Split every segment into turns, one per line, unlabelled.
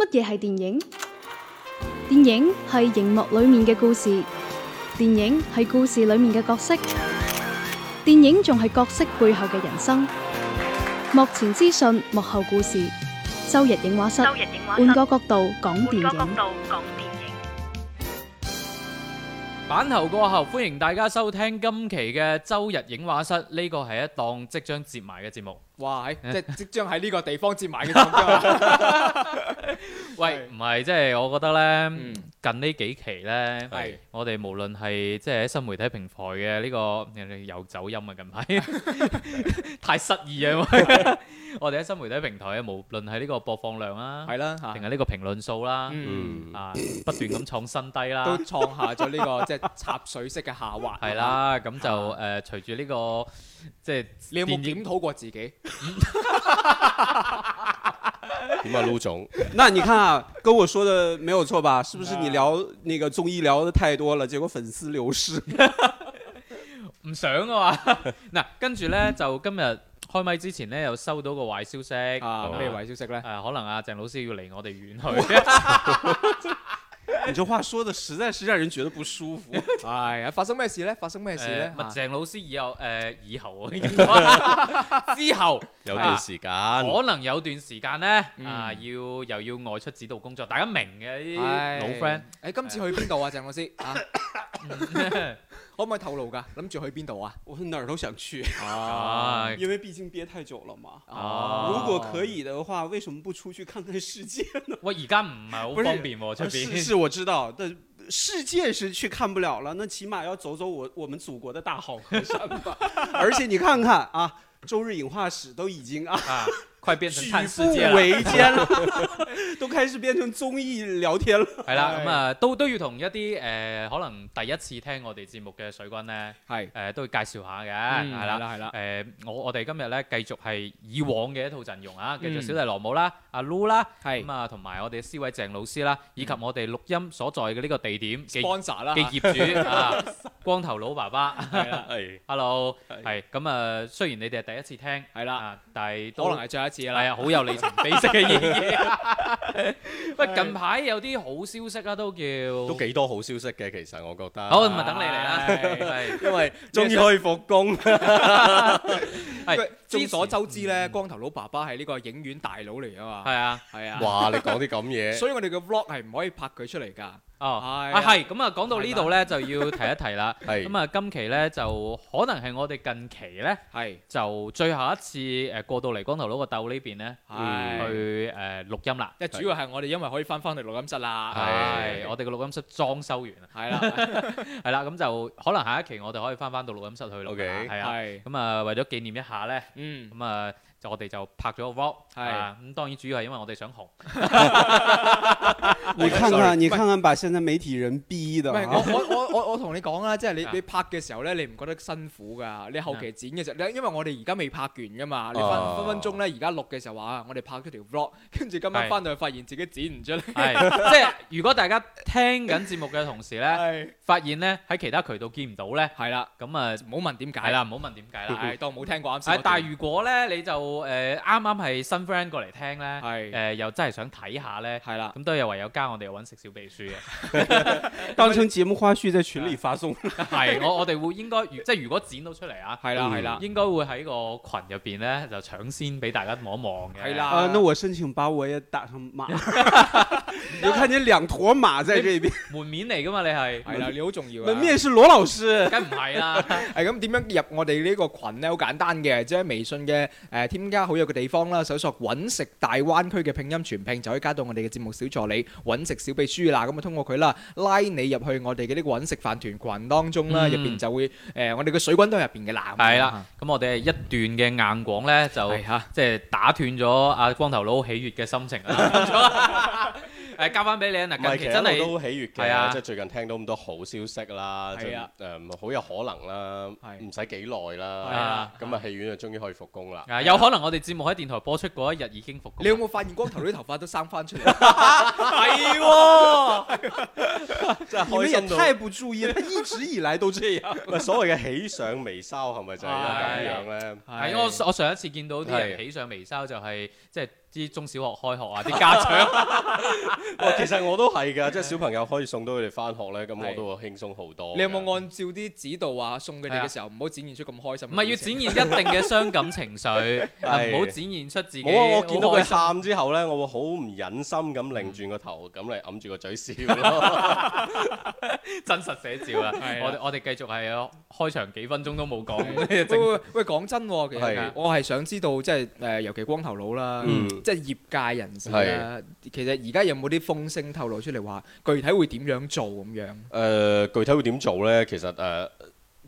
乜嘢係電影？電影係熒幕裡面嘅故事，電影係故事裡面嘅角色，電影仲係角色背後嘅人生。幕前資訊，幕後故事。周日映畫室，
周日映畫室
換個角度講電
換個角
影。
度講電影。
版頭過後，歡迎大家收聽今期嘅周日影畫室。呢個係一檔即將接埋嘅節目。
哇！係即係即將喺呢個地方接埋嘅節目
喂，
係
唔係即係我覺得呢，
嗯
近呢幾期呢，
係
我哋無論係即係喺新媒體平台嘅呢個有走音啊，近排 太失意啊！因為我哋喺新媒體平台嘅，無論係呢個播放量啦，
係啦嚇
定，係呢個評論數啦，
嗯，
啊不斷咁創新低啦，
都創下咗呢個即係插水式嘅下滑。
係，啦，咁就誒隨住呢個即係
你有冇
電影
檢討過自己？
點啊，盧總？
那你看啊，跟我说的没有错吧？是不是你聊那个综艺聊的太多了，结果粉丝流失？
唔想啊嘛。 嗱，跟住咧就今日開咪之前咧，又收到個壞消息。
啊，
咁
咩壞消息咧？
誒，可能阿鄭老師要離我哋遠去。
你这话说的实在是让人觉得不舒服。
係啊，發生咩事咧？發生咩事啊咧
誒，？
嚇
咪鄭老師以後誒以後啊，之後啊
有段時間，
可能有段時間咧
嗯
啊，要又要外出指導工作，大家明嘅呢啲
唉
老 friend。
誒，今次去邊度啊，鄭老師啊？可唔可以透露㗎？諗住去邊度啊？
我哪儿都想去，
哦
啊
因为毕竟憋太久了嘛。
哦
如果可以的话，为什么不出去看看世 界？
喂，而家唔係好
不是
方便喎，出
是
邊。
是，我知道，但世界是去看不了了，那起码要走走我我们祖国的大好河山 吧。而且你看看啊，周日影化史都已经啊。
啊，快變成
举
嘆
步
世界啦！
维艰了， 都开始变成综艺聊天 了。
係啦，
係
咁啊，都都要同一啲誒、呃可能第一次聽我哋節目嘅水軍咧，
係
誒、都要介紹下嘅，
嗯
係啦、誒、
係啦。
我我哋今日咧繼續係以往嘅一套陣容啊，繼續
嗯
小弟羅姆啦、阿 Lu 啦，
係
咁啊，同埋我哋嘅司位鄭老師啦，以及我哋錄音所在嘅呢個地點嘅
sponsor 啦
嘅 業主啊，光頭佬爸爸
係
，Hello，
係
係咁啊，雖然你哋係第一次聽，
係啦
啊，但係
可
都
能係最後一次啦。
係啊，好有里程碑式嘅意義。 喂，近排有啲好消息啦，都叫
都
都
幾多好消息嘅，其實我覺得。
好，啊咪等你嚟啦。係
因為終於可以復工。
係嗯
喂眾所周知咧，光頭佬爸爸係呢個影院大佬嚟啊嘛。
係啊，
係啊。
哇！你講啲咁嘢，
所以我哋嘅 vlog 係唔可以拍佢出嚟㗎。
哦，
係
啊係咁啊，講到呢度咧，就要提一提啦。
係
咁啊，今期咧就可能係我哋近期咧
係
就最後一次誒過到嚟光頭佬個竇呢邊咧
係，
去誒錄音啦。
即係主要係我哋因為可以翻返嚟錄音室啦。
係，我哋個錄音室裝修完啦，
係啦，
係啦，咁就可能下一期我哋可以翻翻到錄音室去錄啦
OK
係啊，
係
咁啊為咗紀念一下咧，
嗯
咁啊，就我哋就拍咗個 vlog，
係
啊咁當然主要係因為我哋想 紅，
你看看，你看看，把现在媒体人逼
唔
的
係
啊！
我我我我我同你講啦，即係你
啊
你拍嘅時候咧，你唔覺得辛苦㗎？你後期剪嘅時
啊
候，你因為我哋而家未拍完㗎嘛，你分
哦
分分鐘咧，而家錄嘅時候話啊我哋拍咗條 vlog，跟住 今
係
晚翻到去發現自己剪唔出嚟。
係即係如果大家聽緊節目嘅同時咧，
係
發現咧喺其他渠道見唔到咧，
係啦，
咁啊
唔好問點
係
解啦，
啦，唔好問點解啦。
係當冇聽過啱先 嗰
係，
段。
但係如果咧你就誒啱啱係新 friend 過嚟聽咧，
係
誒又真係想睇下咧，
係啦，
咁都係唯有加我哋揾食小秘 書嘅。
当成节目花絮在群里发送。
係，我我哋會應該如即係如果剪到出嚟啊，
係啦係啦，
應該會喺個群入邊咧就搶先俾大家望一望嘅。
係啦
啊，那我申请把我也打上 马，你就看见两坨马在这边，
門面嚟噶嘛，你係
係啦，你好重要啊。
门面是罗老师。
梗唔係啦。
係咁點樣入我哋呢個群呢？好簡單嘅，即係微信嘅誒、呃添加好友嘅地方啦，搜索揾食大灣區嘅拼音全拼就可以加到我哋嘅節目小助理揾食小秘書啦。咁啊通過佢啦，拉你入去我哋嘅呢個揾食飯團群當中啦，
嗯
入邊、就會誒、呃我哋嘅水軍都喺入邊嘅啦。
係啦，咁我哋一段嘅硬廣咧，就
係嚇，
即啊係打斷咗阿光頭佬喜悅嘅心情 啦。誒，交翻俾你啊！
唔係
嗱，
其
近期
實
真
一路
係
都喜悅
係啊
嘅，即係最近聽到咁多好消息啦，
係啊
就誒好有可能啦，
係
唔使幾耐
係
啦，
啊
啊，
咁啊戲院就終於可以復工啦。
啊，有可能我哋節目喺電台播出嗰一日已經復工
你。有冇發現光頭啲頭髮都生翻出 嚟？
係喎，
真
你们也太不注意了，一直以来 都这样。
喂所謂嘅喜上眉
啊
梢係咪就係因為咁樣咧？
係我我上一次見到啲人
係
喜上眉梢，就係即係啲中小學開學啊，啲家長
哇，其實我都係㗎，即係小朋友可以送到佢哋翻學咧，咁
係
我都會輕鬆好多㗎。
你有冇按照啲指導啊送佢哋嘅時候，唔好展現出咁開心？
唔係要展現一定嘅傷感情緒，啊
係
唔好展現出自己。
冇啊！我見到
好開
佢
心
喊之後咧，我會好唔忍心咁擰轉個頭，咁嚟揞住個嘴笑咯。
真實寫照啦。
係啊
我哋我哋繼續係啊開場幾分鐘都冇講，
喂喂喂，講真喎，其實
係
我係想知道，即係誒，尤其光頭佬啦，
嗯
即係業界人士啦，其實而家有冇啲風聲透露出嚟話，具體會點樣做咁樣？
誒、具體會點做呢？其實誒、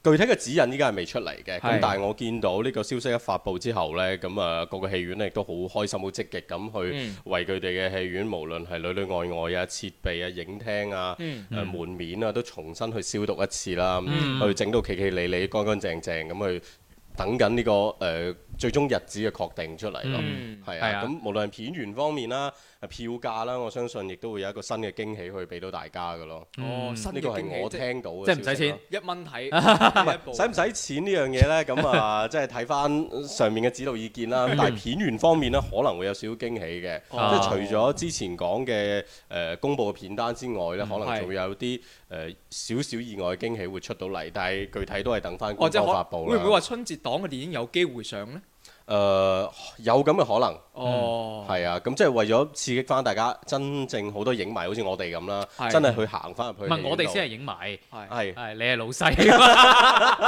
具體嘅指引依家係未出嚟嘅。
係
咁但係我見到呢個消息一發布之後呢，咁啊各個戲院呢亦都好開心、好積極咁去
嗯
為佢哋嘅戲院，無論係裏裏外外啊、設備啊、影廳啊。
嗯
誒、門面啊，都重新去消毒一次啦，
嗯
去整到企企理理、乾乾淨淨咁去等緊呢、個誒、最終日子嘅確定出嚟咯。
嗯
係
係
啊，
啊
咁無論係片源方面啦、啊票價啦，我相信亦都會有一個新嘅驚喜去俾到大家嘅咯。
嗯
哦，新
呢
嘅
個
經
係我
紀即係
聽到嘅
即
消
係
息
唔
咯，
使錢
一蚊 睇，
使唔使錢呢樣嘢呢？咁啊，即係睇翻上面嘅指導意見
嗯
啦。但係片源方面呢，可能會有少少驚喜嘅，即
哦
係除咗之前講嘅誒公佈嘅片單之外
嗯
呢，可能仲會有啲誒少少意外嘅驚喜會出到嚟，但係具體都係等翻
或
官
者哦
方
可
發布
會唔會
啦。
話春節檔嘅電影有機會上呢？
誒呃有咁嘅可能。
哦，
係啊，咁即係為咗刺激翻大家真正好多影迷，好似我哋咁啦
係，
真係去行翻入
唔
去戲院
係
度。
我哋先係影迷，
係
係
係你係老細。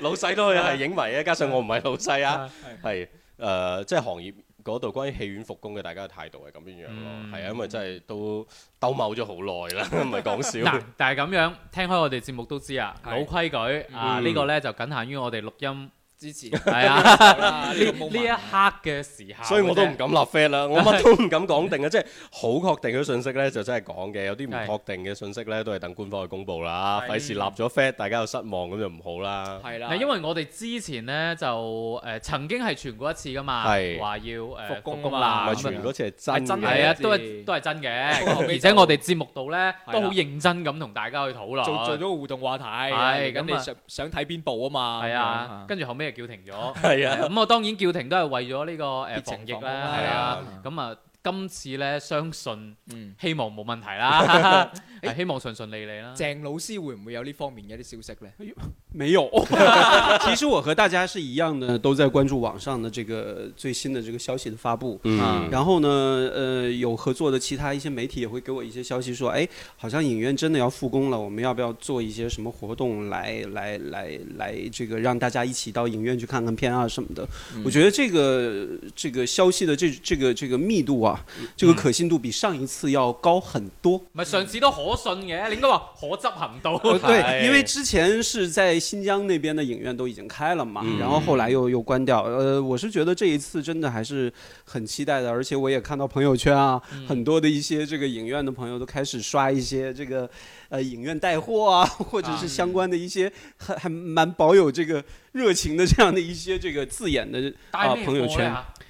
老細都係影迷啊，加上我唔係老細啊，係誒，即係行業嗰度關於戲院復工嘅大家嘅態度係咁樣樣
嗯
咯，係啊，因為真係都兜踎咗好 耐啦，唔係講
嗱
笑。，
但係咁樣聽開我哋節目都知啊，老
係
規矩啊，
嗯
呢個呢就僅限於我哋錄音
支持
係啊
呢
呢呢一刻嘅時候嘅啫，
所以我都唔敢立 f a
啊
啦，我乜都唔敢講定啊！即係好確定嘅信息咧，就真係講嘅；有啲唔
係
確定嘅信息咧，都係等官方去公佈啦。
係
費事立咗 f a 大家又失望咁就唔好啦。
係啦，
嗱，因為我哋之前咧就誒、呃曾經係傳過一次噶嘛，話
係
要誒、呃
復工
復
唔
啊
啦
嘛，
係全
咁
嗰次
係
係
真
真
嘅
嘅
係。啊，都
知
係都係真嘅，
後尾
而
就
且我哋節目度咧
係啦
都好認真咁同大家去討論，
做做咗個互動話題，
係
咁
咁啊
你想想睇邊部啊嘛？
係
咁樣
啊，跟住後尾就叫停咗，
係啊，
咁我當然叫停都係為咗呢個
疫
誒
情
防疫
防控
啦，
啦
係
係啊
啊，咁啊今次咧相信
嗯，
希望冇問題啦，係希望順順利利啦，
鄭老師會唔會有呢方面嘅啲消息咧？
没有。 其实我和大家是一样的，都在关注网上的这个最新的这个消息的发布。
嗯，
然后呢，呃，有合作的其他一些媒体也会给我一些消息说，哎，好像影院真的要复工了，我们要不要做一些什么活动来来来来这个让大家一起到影院去看看片啊什么的？我觉得这个这个消息的这这个这个密度啊，这个可信度比上一次要高很多。
唔係上次都可信嘅，你應該話可執行到，
呃，
嗨
哎
对，因为之前是在新疆那边的影院都已经开了嘛，
嗯
然后后来又又关掉。呃，我是觉得这一次真的还是很期待的，而且我也看到朋友圈啊，
嗯
很多的一些这个影院的朋友都开始刷一些这个呃影院带货啊， 或者是相关的一些还还蛮保有这个热情的这样的一些这个字眼的啊
帶咩
朋友
貨
圈
呢。嚇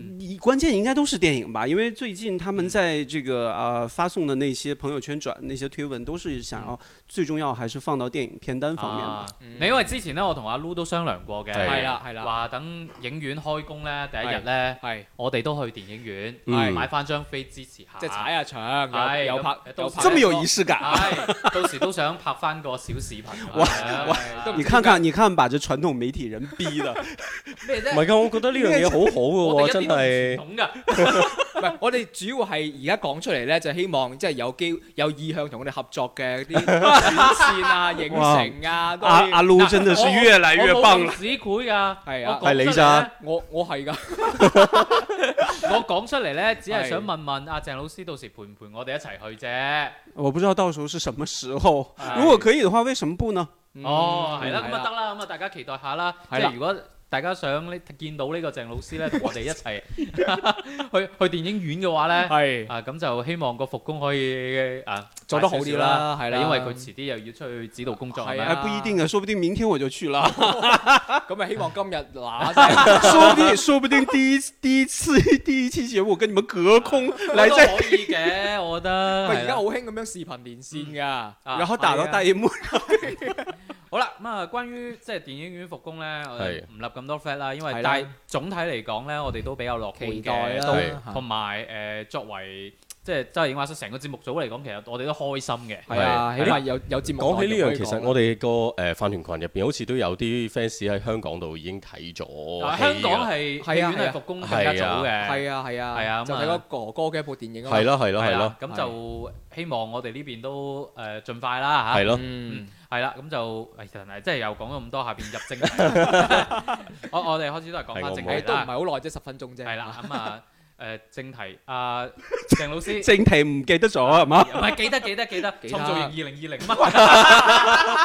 你关键应该都是电影吧，因为最近他们在这个呃发送的那些朋友圈转那些推文，都是想要最重要还是放到电影片单方面吧。
啊你因為之前咧，我同阿 Lu 都商量過嘅，
係
啦係啦
話等影院開工咧，第一日咧，
係
我哋都去電影院
嗯
買翻張飛支持下，
即係踩下場，
係
有
咁
有拍
都
有拍
这么有仪式感，
啊係到時都想拍翻個小視頻。啊
哇
哇
都
你看看，你看，把这传统媒体人逼的，
咩
唔
啫？
係㗎，我覺得呢樣嘢好好
我
嘅喎，
哋
真
一啲都唔
係
傳。統㗎，
唔係，我哋主要係而家講出嚟咧，就希望即係有機有意向同我哋合作嘅 啲院線啊、影城啊，都可
阿
以
阿撸真的
哦
是越来越棒
我冇
了。
紙攰㗎，
係啊
我講
啊係你
出嚟呢
咋
我我係㗎，
我講出嚟咧，只係
係
想問問阿鄭老師，到時陪唔陪我哋一齊去啫？
我不知道到时候是什么时候
哎，
如果可以的话，为什么不呢？
哦，係啦，
嗯
咁啊得啦，咁啊大家期待下啦。即
係啦
係如果大家想呢見到呢個 鄭老師咧，同我哋一齊去去電影院嘅話咧，
係
啊咁就希望個復工可以啊
做得好啲啦
快
係
少少
啦
因為佢遲啲又要出去指導工作係
係
咪
啊
哎，不一定啊，说不定明天我就去了，
咁咪希望今日 嗱聲
说不定说不定第一第一次第一期节目跟你们隔空来
都
再，
可以嘅，我覺得。
喂，而家
係
好
啦
興咁樣視頻連線㗎，
啊
然后打到大荧幕。
好啦，咁啊，關於即係電影院復工咧，我哋
係
唔立咁多 flat 啦，因為
係啦
但係總體嚟講咧，我哋都比較樂
期
觀
待
嘅，
啦，
都
係
嚇
同埋誒作為即係周係影話室成個節目組嚟講，其實我哋都開心嘅。
係啊，
係
起碼有有節目。
講起呢樣，其實我
哋
哋個誒飯團群入邊好似都有啲 fans 喺香港度已經睇咗
嗱
戲㗎啦。
香港係戲
係啊
院係復工更加早嘅，
係啊係啊
係啊咁
就睇嗰哥哥嘅一部電影啊嘛
係，咯係咯係
係
咯
啦，咁就希望我哋呢邊都誒盡快啦嚇
係。咯，
嗯。
係啦，咁就唉真係即係又講咗咁多，下邊入 正題。我我哋開始都係講翻正
係
係
題
都唔係
啦，
好耐啫，十分鐘啫。
係啦，咁啊誒正題啊，鄭老師。
正題唔記得咗係嘛？
唔係記得記得記得，
記得啊
創造營二零二 零乜？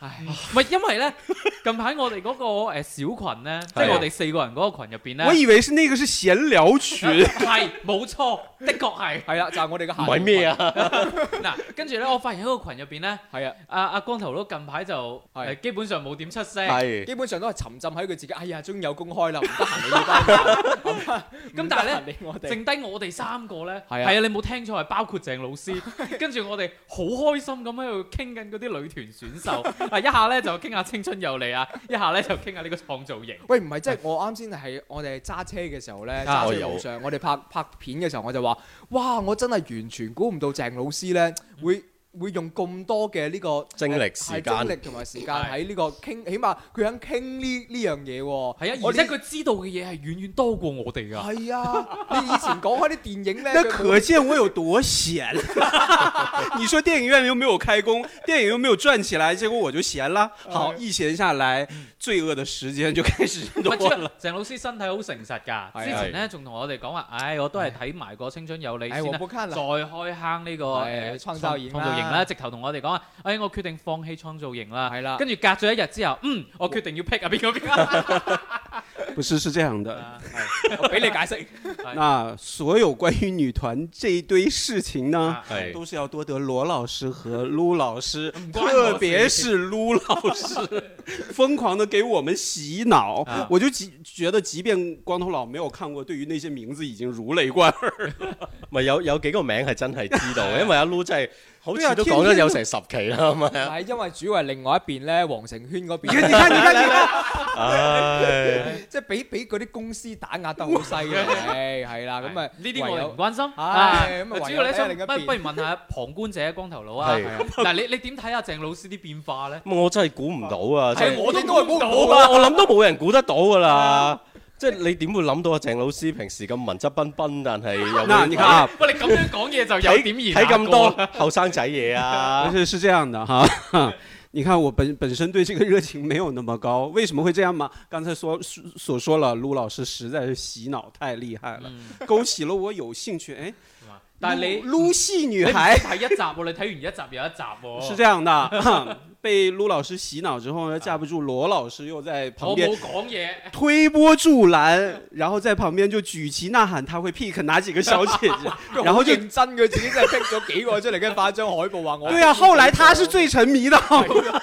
唉唔係因為咧，近排我哋嗰個誒小群咧，即係
係
我哋四個人嗰個群入邊
我
咧，
以為是那個是閒 聊群，
係冇錯，的確係
係啦，就係我哋嘅
唔
下。
係咩？啊？
嗱。跟住咧，我發現喺個群入邊咧，
係啊，
阿阿光頭佬近排就
係
誒基本上冇點出聲，咁
係
基本上都係沉浸喺佢自己。哎呀，終於有公開啦，唔得閒你呢班人。
但係咧。
咧，我哋
剩低我哋三個咧，係
係啊
啊，你冇聽錯，係包括鄭老 師。跟住我哋好開心咁喺度傾緊嗰啲女團選秀，啊一下咧就傾下青春有你啊，一下咧就傾下呢個創造型。
喂，唔係，即係我啱先係我哋揸車嘅時候咧，
啊
揸車路上，我哋拍拍片嘅時候，我就話：哇！我真係完全估唔到鄭老師咧會。會用咁多嘅呢個
精力時
係
間
精力同埋時間喺呢個傾，起碼佢肯傾呢呢樣嘢喎。
係啊，而
我
且
呢
佢知道嘅嘢係遠遠多過我哋㗎。
係啊，你以前講開啲電影 咧，
那
佢
可見我有多閒。 你說電影院又沒有開工，電影又沒有賺起來，結果我就閒了。好，一閒下來，罪惡的時間就開始
唔係
多
知
了
啦。鄭老師身體好誠實㗎，之前咧仲同我哋講話，唉，我都係睇埋個《青春有你》先
唉哎我
啦，
不看
再
啦
開坑呢個
係
誒
創造
創
營啦
造型啦，直頭同我哋講話，唉，我決定放棄創造型啦。
係啦
跟住隔咗一日之後，嗯，我決定要 pick 啊邊個邊個。
不是，是這樣的。
啊
我俾你解釋。
那所有關於女團這一堆事情呢，
啊
係
都是要多得羅老師和陸老師，
關我
特別是陸老師，瘋狂的給我們洗腦
啊。
我就即覺得，即便光頭佬沒有看過，對於那些名字已經如雷貫耳。
咪有有幾個名係真係知 道嘅，因為阿 Lu 真係好
對啊
似都
天
講咗
天
有成十期啦，係咪
唔
啊？
係因為主要係另外一邊咧，黃成圈嗰
你看，你
邊，
看，你看，你看。
唉，
即係俾俾嗰啲公司打壓得好犀利，係啦，咁啊
呢啲我哋唔
唯
關心。
唉
啊
咁啊
主要
唯有
你
睇
想
另一
不
邊
不如問下旁觀者光頭佬啊
係。
嗱，你你點睇下鄭老師啲變化咧？
咁我真係估唔到啊！真係
係我都應該冇
我
到啊！
我諗都冇人估得到㗎啦。即係你點會諗到阿鄭老師平時咁文質彬彬，但係又
嗱
會
你看啊
喂，你咁樣講嘢就有點
睇
兒
睇咁
難
多
過啦
後生仔嘢啊
但！是是这样的哈， 你看我本本身对这个热情没有那么高，为什么会这样嘛？刚才所所所说了，陆老师实在是洗脑太厉害了，
嗯
勾起了我有兴趣。哎，
但係你
撸系女
你唔使
孩
睇一集喎，你睇完一集又一集喎。
是这样的， 哈被陆老师洗脑之后呢，架不住罗老师又在旁
我
边
冇講嘢，
推波助澜，然后在旁边就举旗呐喊，他会 pick 哪几个小姐 姐，
佢
然
好
后就
認真，佢自己真係逼咗幾個出嚟，跟住發一張海報話我。
对啊，后来他是哎最沉迷的。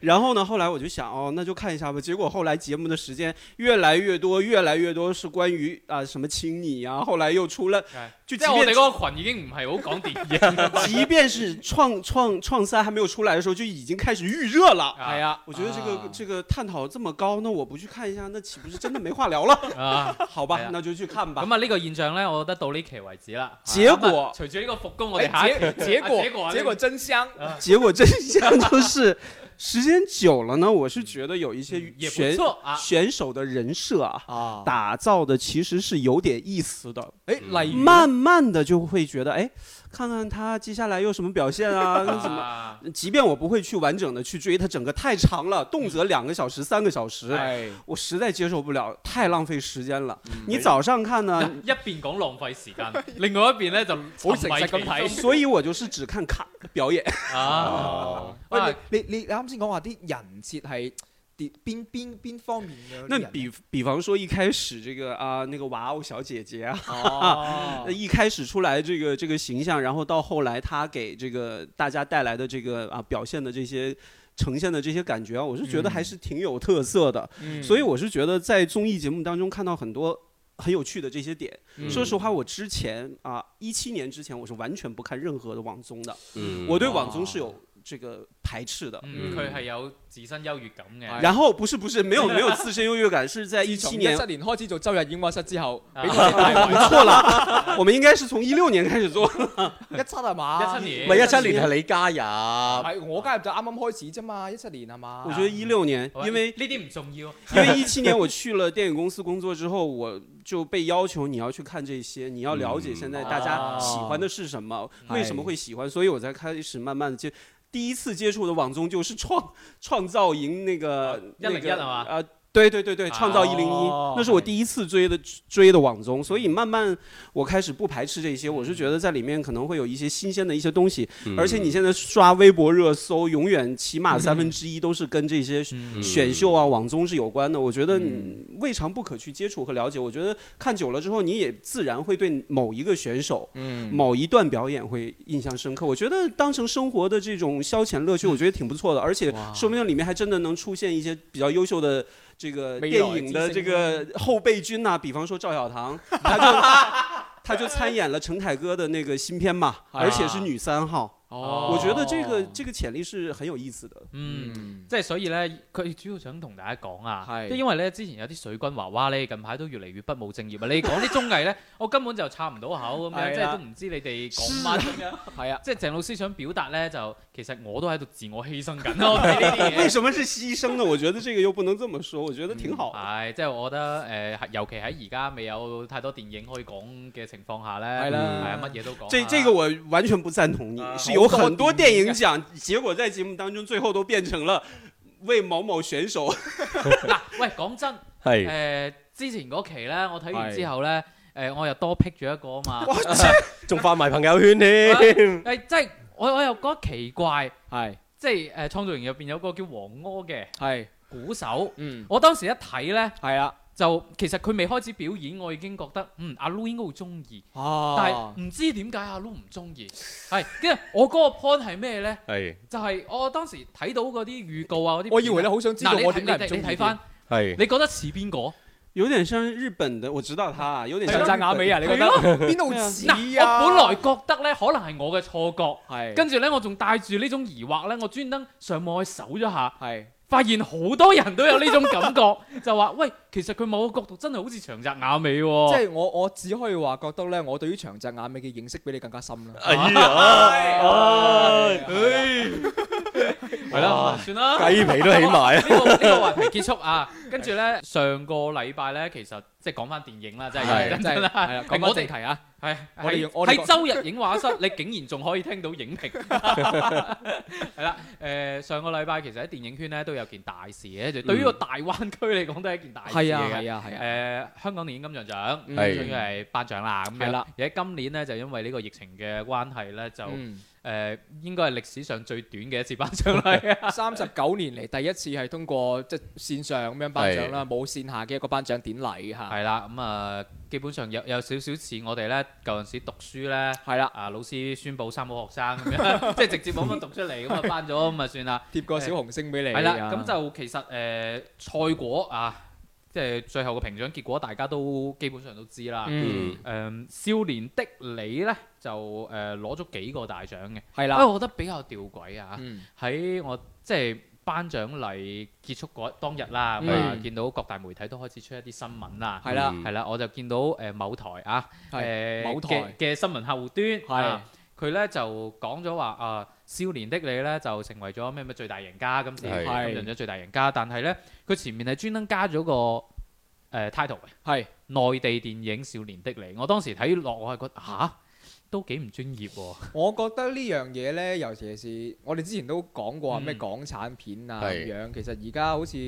然后呢，后来我就想，哦，那就看一下吧。结果后来节目的时间越来越多，越来越多是关于啊、什么亲你啊，后来又出了，就
即
即
係我哋
便
嗰個群已經唔係好講電影。
即便是创创创三还没有出来的时候，就已经开始预热了。
係啊，
我觉得这个、这个探讨这么高，那我不去看一下，那岂不是真的没话聊了？
啊，
好
哎呀
吧，那就去看吧。
咁啊呢個現象咧，我覺得到呢期為止啦。
结
咁
果
啊隨住呢個復工，我
哎
哋下一
結 結
啊結果
果
啊
結果真香，
结果真相就是，时间久了呢，我是觉得有一些
嗯也不
选、
錯啊。
选手的人设啊，
啊！
打造的其实是有点意思的，
哎
誒，例如
慢慢的就会觉得，哎，看看他接下来有什么表现啊，那怎么？
啊
即便我不会去完整的去追，他整个太长了，动辄两个小时、三个小时，
哎
係
我实在接受不了，太浪费时间了。
嗯
你
哎
早上看 呢，
一邊講浪費時間，另外一邊咧就好
好誠實咁 睇
哎所以我就是只看卡 表演。
啊。
哦
啊
喂，你你你啱先講話啲人設係啲邊邊邊方面嘅嗰啲
那
人？啊
比比方说一开始这个啊、那个娃哦小姐姐啊，
哦
那，一开始出来这个这个形象，然后到后来他给这个大家带来的这个啊表现的这些呈现的这些感觉啊，我是觉得还是挺有特色的。
嗯
所以我是觉得在综艺节目当中看到很多。很有趣的这些点，
嗯
说实话，我之前啊，一七年之前我是完全不看任何的网综的，
嗯
哦
我对网综是有这个排斥的。
嗯，佢係有自身優越感嘅。
然后不是不是沒有没有自身优越 感，是在一
自從
七
一
年
七，年開始做周日演播室之後，
啊
俾我哋大 圍
錯了，我们應該是從一六年開始做，
一七係嘛？
一七年
唔係一七年係你加入。
係我加入就啱啱開始啫嘛，一七年係嘛？
我覺得一六年
啊好，吧
因為
呢啲唔重要，
因为一七年我去了电影公司工作之后，我就被要求你要去看这些，你要了解现在大家喜欢的是什么，
哦
为什么会喜欢，所以我才开始慢慢的接。第一次接触的网综就是创创造营那个
101
那个
了吗
啊，对对对对，
啊
创造一零一
哦，
那是我第一次追的追的网综，所以慢慢我开始不排斥这些，我是觉得在里面可能会有一些新鲜的一些东西，
嗯
而且你现在刷微博热搜，永远起码三分之一都是跟这些
嗯
选秀啊、网综是有关的。我觉得你未尝不可去接触和了解。我觉得看久了之后，你也自然会对某一个选手、
嗯，
某一段表演会印象深刻。我觉得当成生活的这种消遣乐趣，我觉得挺不错的，而
嗯
且说不定里面还真的能出现一些比较优秀的。这个
未
电
来
影
之
的
星
这个后备军呐、比方说赵小棠，他就他就参演了陈凯歌的那个新片嘛，而且是女三号，
哦
我觉得这个这个潜力是很有意思的。
嗯。即係所以咧，佢主要想同大家講啊，
係
即係因為咧之前有啲水軍娃娃咧，近排都越嚟越不務正業啊！你講啲綜藝咧， 我根本就插唔到口咁樣，
係
即係
啦
都唔知你哋講 乜咁樣。
係啊，
即係鄭老師想表達咧，就其實我都喺度自我犧牲緊 咯，我睇呢啲嘢
为。什么是牺牲呢？我觉得这个又不能这么说，我觉得挺好。
係，即係我覺得誒、呃尤其喺而家未有太多電影可以講嘅情況下咧，
係
係
啦
啊，乜嘢都講下。
这这个我完全不赞同你，
啊
是有很多电影奖，结果在节目当中最后都变成了为某某选手。
嗱，喂，講真，誒、
係
之前嗰期咧，我睇完之後咧，誒、我又多 pick 咗一個啊 嘛，
仲發埋朋友圈添。
誒、即係我我又覺得奇怪，
係
即係誒、創造營入邊有個叫黃柯嘅
係
鼓手，
嗯
我當時一睇咧，
係啊，
就其實佢未開始表演，我已經覺得嗯阿 Lu 應該會中意，但
哦
係唔知點解阿 Lu 唔中意，係跟住我嗰個 point 係咩咧？
係
就係我當時睇到嗰啲預告啊嗰啲片啊，
我以為你好想知道
嗱你睇
我點解
你
唔
睇
中意
你睇翻，
係。
你覺得似邊個？
有點像日本的，我知道他啊，有點像
神讚雅美啊？你覺得邊度似
嗱，
啊？
我本來覺得咧，可能係我嘅錯覺，
係
跟住咧我仲帶住呢種疑惑咧，我專登上網去搜咗下，
係
發現好多人都有呢種感覺， 就話喂，其實佢某個角度真係好似長澤雅美
即
喎。
係我我只可以話覺得咧，我對於長澤雅美嘅認識比你更加深啦。
哎呀，
係啦，算啦。
雞皮都起埋 啊！
呢個呢個話題結束啊，跟住咧上個禮拜咧，其實即係講翻電影啦，真係
係
認
真係
真啦，
係啦，
我
講翻
哋
正題啊，
係
我哋
係
用我哋
喺周日影畫室，你 竟然仲可以聽到影評，係啦。誒上個禮拜其實喺電影圈咧都有件大事嘅，就對於個大灣區嚟講都係一件大事
係啊
嚟嘅。
係啊係啊，
誒香港電影金像獎
嗯
終於係頒獎啦咁
係
樣
啦，
而喺今年咧就因為呢個疫情嘅關係咧，就
嗯
誒應該係歷史上最短嘅一次頒獎 禮 啊。
三十九年嚟第一次係通過即係線上咁樣頒獎啦，冇線下嘅一個頒獎典禮嚇。
係啦，咁啊基本上有有少少似我哋咧舊陣時讀書咧。
係啦，
啊！老師宣佈三好學生咁樣， 即係直接咁樣讀出嚟，咁啊頒咗咁啊算 啦。
貼個小紅星俾你。
係啦，咁就其實誒、呃賽果啊，即係最後嘅評獎結果，大家都基本上都知啦。誒、
嗯
少年的你呢，就誒攞咗幾個大獎嘅，不過
係啦，
我覺得比較吊詭啊。
嗯
喺我即係頒獎禮結束嗰當日啦，咁啊
嗯
見到各大媒體都開始出一啲新聞啦。
係啦，
嗯
係啦，我就見到誒、呃某台啊，誒、
係某台
嘅嘅新聞客戶端
係
啊，佢咧就講咗話啊，少年的你咧就成為咗咩咩最大贏家，今次
係
咁贏咗最大贏家，但係咧佢前面係專登加咗個誒、呃 title 嘅，
係
內地電影《少年的你》，我當時睇落我係覺得吓、都幾唔專業喎、
我覺得呢樣嘢呢，尤其是我哋之前都講過話啊咩
嗯
港產片啊咁
係
樣，其實而家好似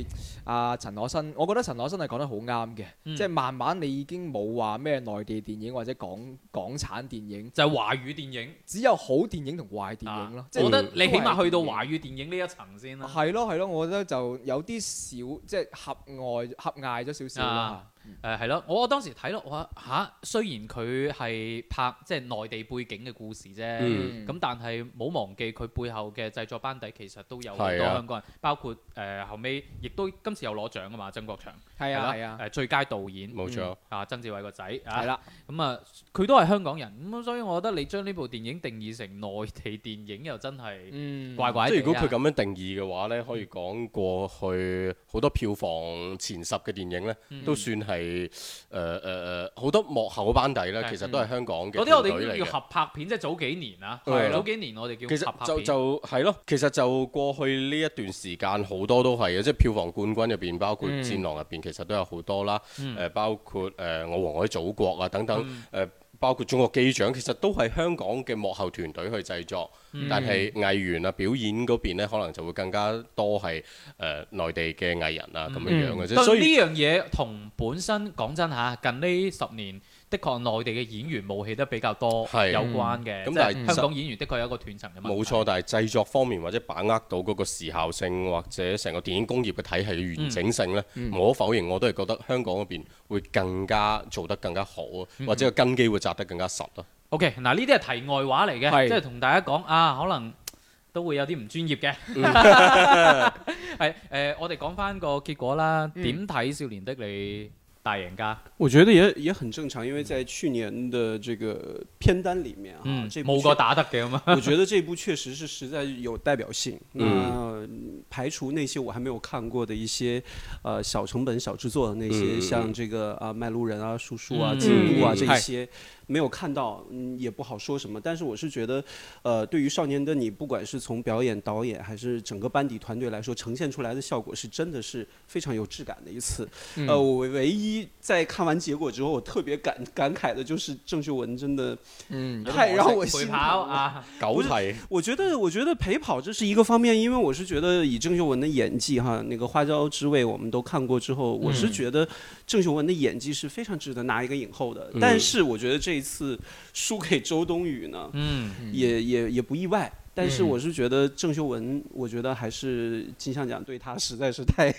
阿陳可辛，我覺得陳可辛係講得好啱嘅，
嗯
即係慢慢你已經冇話咩內地電影或者港港產電影，
就係華語電影。
只有好電影同壞電影咯
啊。
即係
我覺得
都
你起碼
係
去到
電影
華語電影呢一層先啦。啊
係咯係咯，我覺得就有啲少即係狹隘狹隘咗少少啦。
誒係咯，我我當時睇落我嚇，雖然佢係拍即係內地背景嘅故事啫，咁、
嗯
但係冇忘記佢背後嘅製作班底其實都有好多
係啊
香港人，包括誒、呃、後尾亦都今次有攞獎啊嘛，曾國強
係
啦
啊係啊，
誒最佳導演
冇錯，
啊曾志偉個仔啊
係。啦，
咁啊，佢都係香港人，咁所以我覺得你將呢部電影定義成內地電影又真係
嗯，
怪怪
即係
地
如果
啊
佢咁樣定義嘅話呢可以講過去好多票房前十嘅電影呢，
嗯
都算係誒誒誒好多幕後嘅班底啦，
係
其實都係香港嘅
嗰啲我
團隊嚟
哋
嘅
叫合拍片，即係早幾年啊，
係咯
早幾年我哋
其
叫合
實
拍
就
片。
就係咯，其實就過去呢一段時間好多都係嘅，即係票房冠軍入邊，包括
嗯
《戰狼》入邊，其實都有好多啦。誒、
嗯
包括誒、呃我和我的祖國》啊等等，誒、包括《中國機長》，其實都係香港嘅幕後團隊去製作，
嗯
但係藝員啊、表演嗰邊咧，可能就會更加多係誒、呃、內地嘅藝人啊
嗯
咁樣樣嘅啫。
但
所
呢
以
樣嘢同本身講真嚇，近呢十年的確內地嘅演員冒起得比較多
係
有關嘅，
咁
即
但係
係香港演員的確有一個斷層嘅問題。
冇錯，，但係製作方面或者把握到嗰個時效性，或者成個電影工業嘅體系嘅完整性呢，
嗯
無可否認，我都係覺得香港嗰邊會更加做得更加好啊，
嗯
或者個根基會扎得更加實啊。
OK，嗱呢啲係題外話嚟嘅，
係
即係同大家講啊，可能都會有啲唔專業嘅。
嗯
係誒、我哋講翻個結果啦。
嗯
點睇《少年的你》大贏家？
我觉得也也很正常，因为在去年的这个片单里面啊，
嗯，
这部
冇
确
個打得嘅咁啊。
我觉得这部确实是实在有代表性。那排除那些我还没有看过的一些呃小成本小制作的那些，
嗯嗯嗯
像这个啊、卖路人啊、叔叔啊、
嗯
京都啊、
嗯
这一
嗨
些。没有看到，嗯，也不好说什么。但是我是觉得，呃，对于《少年的你》，不管是从表演、导演，还是整个班底团队来说，呈现出来的效果是真的是非常有质感的一次。
嗯
呃，我唯一在看完结果之后，我特别感感慨的就是郑秀文真的
嗯，
太让我
陪
心
跑
疼了。
啊！
九題
我觉得，我觉得陪跑这是一个方面，因为我是觉得以郑秀文的演技哈，那个《花椒之味》我们都看过之后，我是觉得郑秀文的演技是非常值得拿一个影后的。
嗯
但是我觉得这一次输给周冬雨呢，
嗯，
也也也不意外。但是
嗯
我是觉得郑秀文，我觉得还是金像奖对她实在是太
《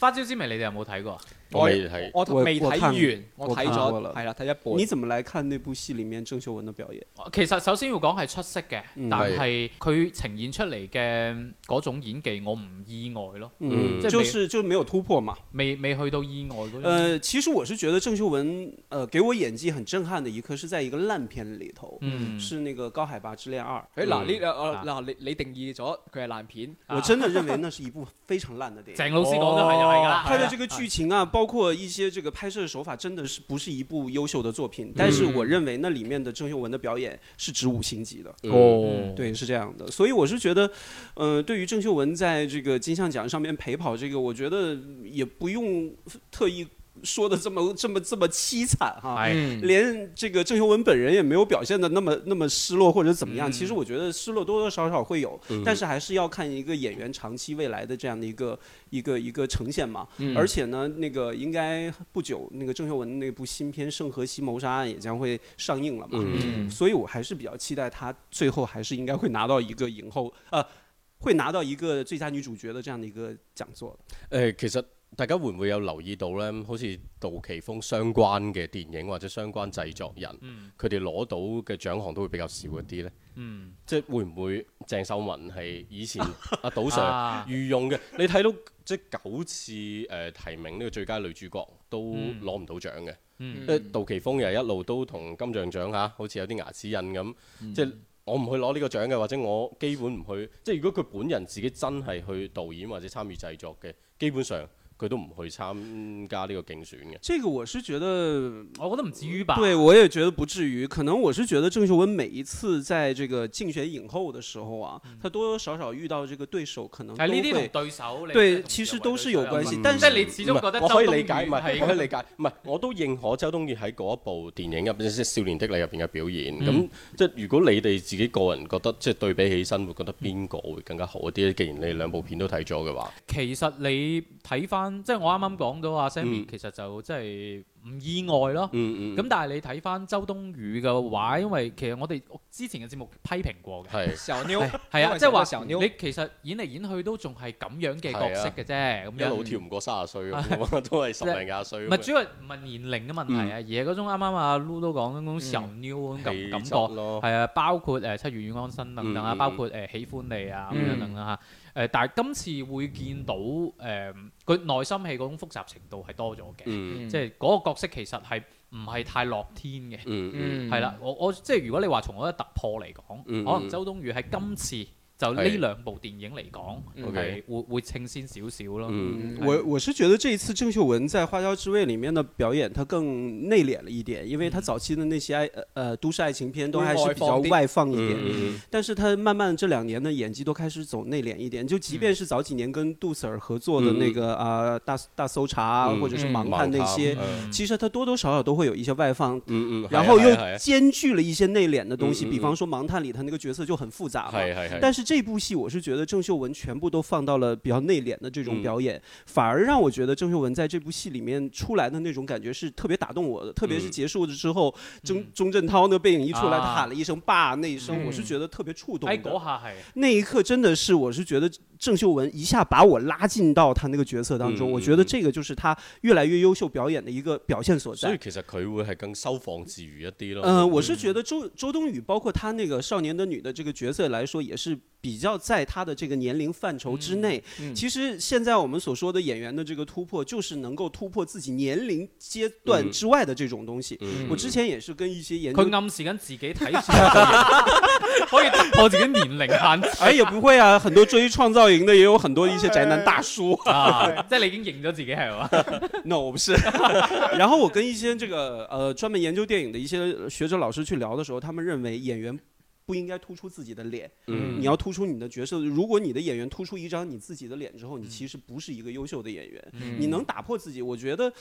花椒之味》你哋有冇睇過？
我未係
我
我
未
我
睇
看
完，
我
睇
看過
咗
啦。
係啦，睇一半
你怎么来看那部戏里面郑秀文的表演？
哦其實首先要講係出色嘅，
嗯
但係佢呈現出嚟嘅嗰種演技，我唔意外咯，
嗯
即係
就
未
是就没有突破嘛。
未未去到意外嗰種。
呃，其实我是觉得郑秀文，呃，给我演技很震撼的一刻是在一个烂片里头，
嗯
是那个《高海拔之恋二》。嗯
誒嗱呢
啊
啊嗱你你定義咗佢係爛片，
啊
我真的认为那是一部非常烂的电
鄭
影。
老師講得係又係㗎啦，
它的这个剧情啊，包括一些这个拍摄手法，真的是不是一部优秀的作品。但是我认为那里面的郑秀文的表演是值五星级的。
哦，
对，是这样的，所以我是觉得，呃，对于郑秀文在这个金像奖上面陪跑这个，我觉得也不用特意说的这么这么这么凄惨哈。
係。
嗯
连这个郑秀文本人也没有表现的那么那么失落或者怎么
嗯
样。其实我觉得失落多多少少会有，但是还是要看一个演员长期未来的这样的一个一个一个呈现嘛。
嗯
而且呢，那个应该不久，那个郑秀文那部新片《圣荷西谋杀案》也将会上映了嘛。
嗯
所以我还是比较期待她最后还是应该会拿到一个影后呃。会拿到一个最佳女主角的这样的一个讲座的
誒、呃其實大家會唔會有留意到呢？好似杜琪峰相關嘅電影或者相關製作人，佢哋攞到嘅獎項都會比較少一啲呢。嗯，即係會唔會鄭秀文係以前阿賭 Sir
啊
御用嘅？你睇到即係九次誒、提名呢個最佳女主角都攞唔到獎嘅。
嗯
即係杜琪峰又一路都同金像獎嚇、好似有啲牙齒印咁，
嗯
即係。我唔去攞呢個獎嘅，或者我基本唔去。即係如果佢本人自己真係去導演或者參與製作嘅，基本上佢都唔去參加呢個競選嘅。
这个我是觉得
我覺得唔至於吧。
对，我也觉得不至于。可能我是觉得郑秀文每一次在这个竞选影后的时候啊，她多多少少遇到这个对手，可能都
係呢啲同
会。
對手，你
对
同
其
人
實
為
都
對
是
手
有關係
嘛
但
即
是
係你始終覺得
我可以
周冬
理解，
雨
唔係
係
我可以理解，唔係我都認可周冬雨喺嗰一部電影入邊，即係《少年的你》入邊嘅表
嗯
現。咁、即係如果你哋自己個人覺得，即係對比起身，會覺得邊個會更加好一啲咧？既然你兩部片都睇咗嘅話，
其實你睇翻，即係我啱啱講到阿 Sammy，
嗯
其實就即係唔唔意外咯。
嗯嗯，
咁但係你睇翻周冬雨嘅話，因為其實我哋之前嘅節目批評過嘅，
係
小妞
係
因
啊，即
為
係
成
話
日都
你其實演嚟演去都仲係咁樣嘅角色嘅啫，咁
啊一
樣。
路跳唔過三十歲咁啊，都係十零廿歲
唔
咁啊。
嗯係主要係唔係年齡嘅問題啊，
嗯
而係嗰種啱啱阿 Lu 都講嗰種小妞嗰種感感
氣
覺
質。咯，
係啊，包括誒七月與安生等等啊，
嗯嗯嗯
包括誒喜歡你啊咁
嗯
樣等等啊嚇。誒，但係今次會見到誒佢內心戲嗰種複雜程度係多咗嘅，
嗯
即係嗰個角色其實係唔係太樂天嘅。
嗯嗯
係啦，我我即係如果你話從嗰個突破嚟講，
嗯
可
嗯
能周冬雨喺今次就呢
係
兩部電影嚟講，
嗯
係會會稱先少少咯。
嗯
嗯
我我是觉得这一次郑秀文在《花椒之味》里面的表演，她更内敛了一点，因为她早期的那些爱呃呃都市爱情片都还是比较外放一点，
嗯
但是她慢慢这两年的演技都开始走内敛一点。就即便是早几年跟杜 Sir 合作的那个啊、呃大大搜查、
嗯
或者是
嗯
盲
盲
探那
探
些，
嗯
其实她多多少少都会有一些外放。
嗯嗯，
然后又
係
兼具了一些内敛的东西，
嗯嗯
比
嗯
方说《盲探》里他那个角色就很复杂嘛，
係係，
啊但是这部戏，我是觉得郑秀文全部都放到了比较内敛的这
嗯
种表演，反而让我觉得郑秀文在这部戏里面出来的那种感觉是特别打动我的。特别是
嗯
结束了之后，钟
嗯
钟镇涛那个背影一出来，
啊
他喊了一声“爸”那一声，
嗯
我是觉得特别触动
哎，
的
嗰。下係
那一刻真的是，我是觉得郑秀文一下把我拉进到他那个角色当中，
嗯
我
嗯
觉得
嗯
这个就是他越来越优秀表演的一个表现所在
所以。其哦嗯實佢會係更收放自如一啲咯。
呃，我是觉得周周冬雨，包括她那个少年的女的这个角色来说，也是比较在她的这个年龄范畴之内。
嗯嗯
其实现在我们所说的演员的这个突破，就是能够突破自己年龄阶段之外的这种东西。
嗯
我之前也是跟一些研究
佢。暗示緊自己睇住佢可以突破自己 年齡限制
哎，也不会啊，很 多追创造营的也有很多一些宅男大叔。
啊！即係你已經認咗自己係 嘛？
No，我不是。 然后我跟一些这个呃专门研究电影的一些学者老师去聊的时候，他们认为演员不应该突出自己的脸，
嗯
你要突出你的角色。如果你的演员突出一张你自己的脸之后，你其实不是一个优秀的演员。
嗯
你能打破自己，我觉得，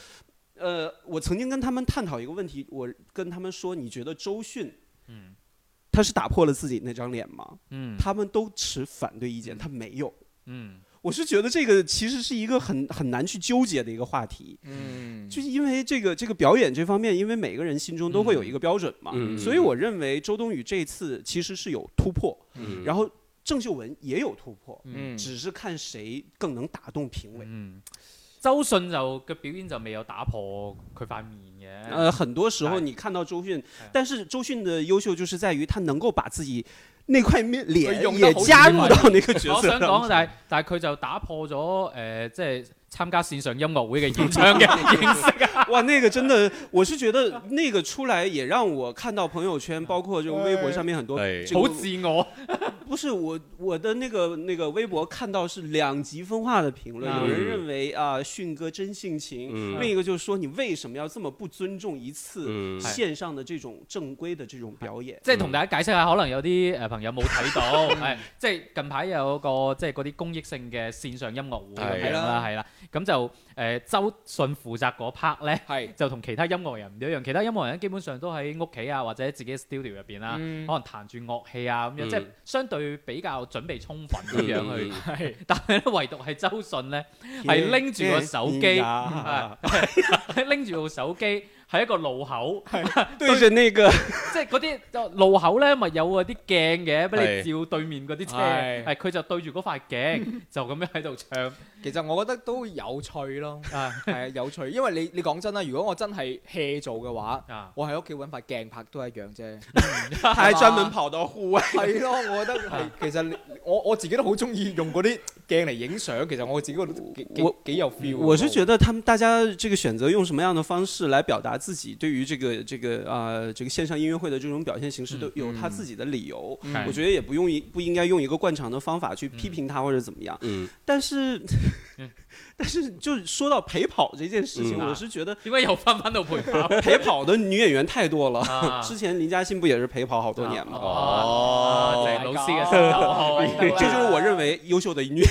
呃，我曾经跟他们探讨一个问题，我跟他们说，你觉得周迅，
嗯
他是打破了自己那张脸吗？
嗯
他们都持反对意见，他没有。
嗯
我是觉得这个其实是一个很很难去纠结的一个话题，
嗯
就是因为这个这个表演这方面，因为每个人心中都会有一个标准嘛，
嗯嗯嗯
所以我认为周冬雨这次其实是有突破，
嗯
然后郑秀文也有突破，
嗯
只是看谁更能打动评委。
嗯，周迅就嘅表演就未有打破佢塊面嘅。
呃，很多时候
哎
你看到周迅
哎，
但是周迅的优秀就是在于她能够把自己那块面脸
用得
也
好
加入
明白
到那个角
我
色
想
当中
講，但係但係佢就打破咗誒、呃即係參加線上音樂會 嘅演唱嘅形式啊！
哇，那个真的，我是觉得那个出来也让我看到朋友圈，包括这种微博上面很多
哎
这个
好自我，
不是我我的那个那个微博看到是两极分化的评论，
嗯
有人认为啊迅哥真性情，
嗯
另一个就是说你为什么要这么不尊重一次
嗯
是
线上的这种正规的这种表演？
即係同大家解釋下，可能有啲誒朋友冇睇到，係即係近排有個即係嗰啲公益性嘅線上音樂會咁樣啦，係啦，咁就誒、呃周迅負責嗰 part 咧。
係
就同其他音樂人唔一樣，其他音樂人基本上都喺屋企啊，或者自己嘅 studio 入邊啦，
嗯
可能彈住樂器啊咁樣，
嗯
即係相對比較準備充分咁樣去
嗯。
係
但 係咧，唯獨係周迅咧，係拎住個手機
天啊
拎住部手機喺一個路口，
对着那个
即係嗰啲路口咧，咪有嗰啲鏡嘅，俾你照對面嗰啲車，
係
係佢就對住嗰塊 鏡就咁樣喺度唱，
其實我覺得都有趣咯，
啊
係啊有趣，因為你你講真啦，如果我真係 hea 做嘅話，
啊
我喺屋企揾塊鏡拍都係一樣啫。
他还专门跑到户外，
係咯，我覺得係其實你我我自己都好中意用嗰啲鏡嚟影相，其實我自己覺得幾幾
我
幾有 feel。
我是觉得他们大家这个选择用什么样的方式来表达自己对于这个这个呃这个线上音乐会的这种表现形式，都有他自己的理由。
嗯
我觉得也不用一不应该用一个惯常的方法去批评他或者怎么样。
嗯
但是， 但是就是说到陪跑这件事情，
嗯
我是觉得
點解又翻翻到陪跑？
陪跑的女演员太多了。
啊
之前林嘉欣不也是陪跑好多年吗？
啊
哦
鄭老師嘅 心頭好，
这就是我认为优秀的音乐。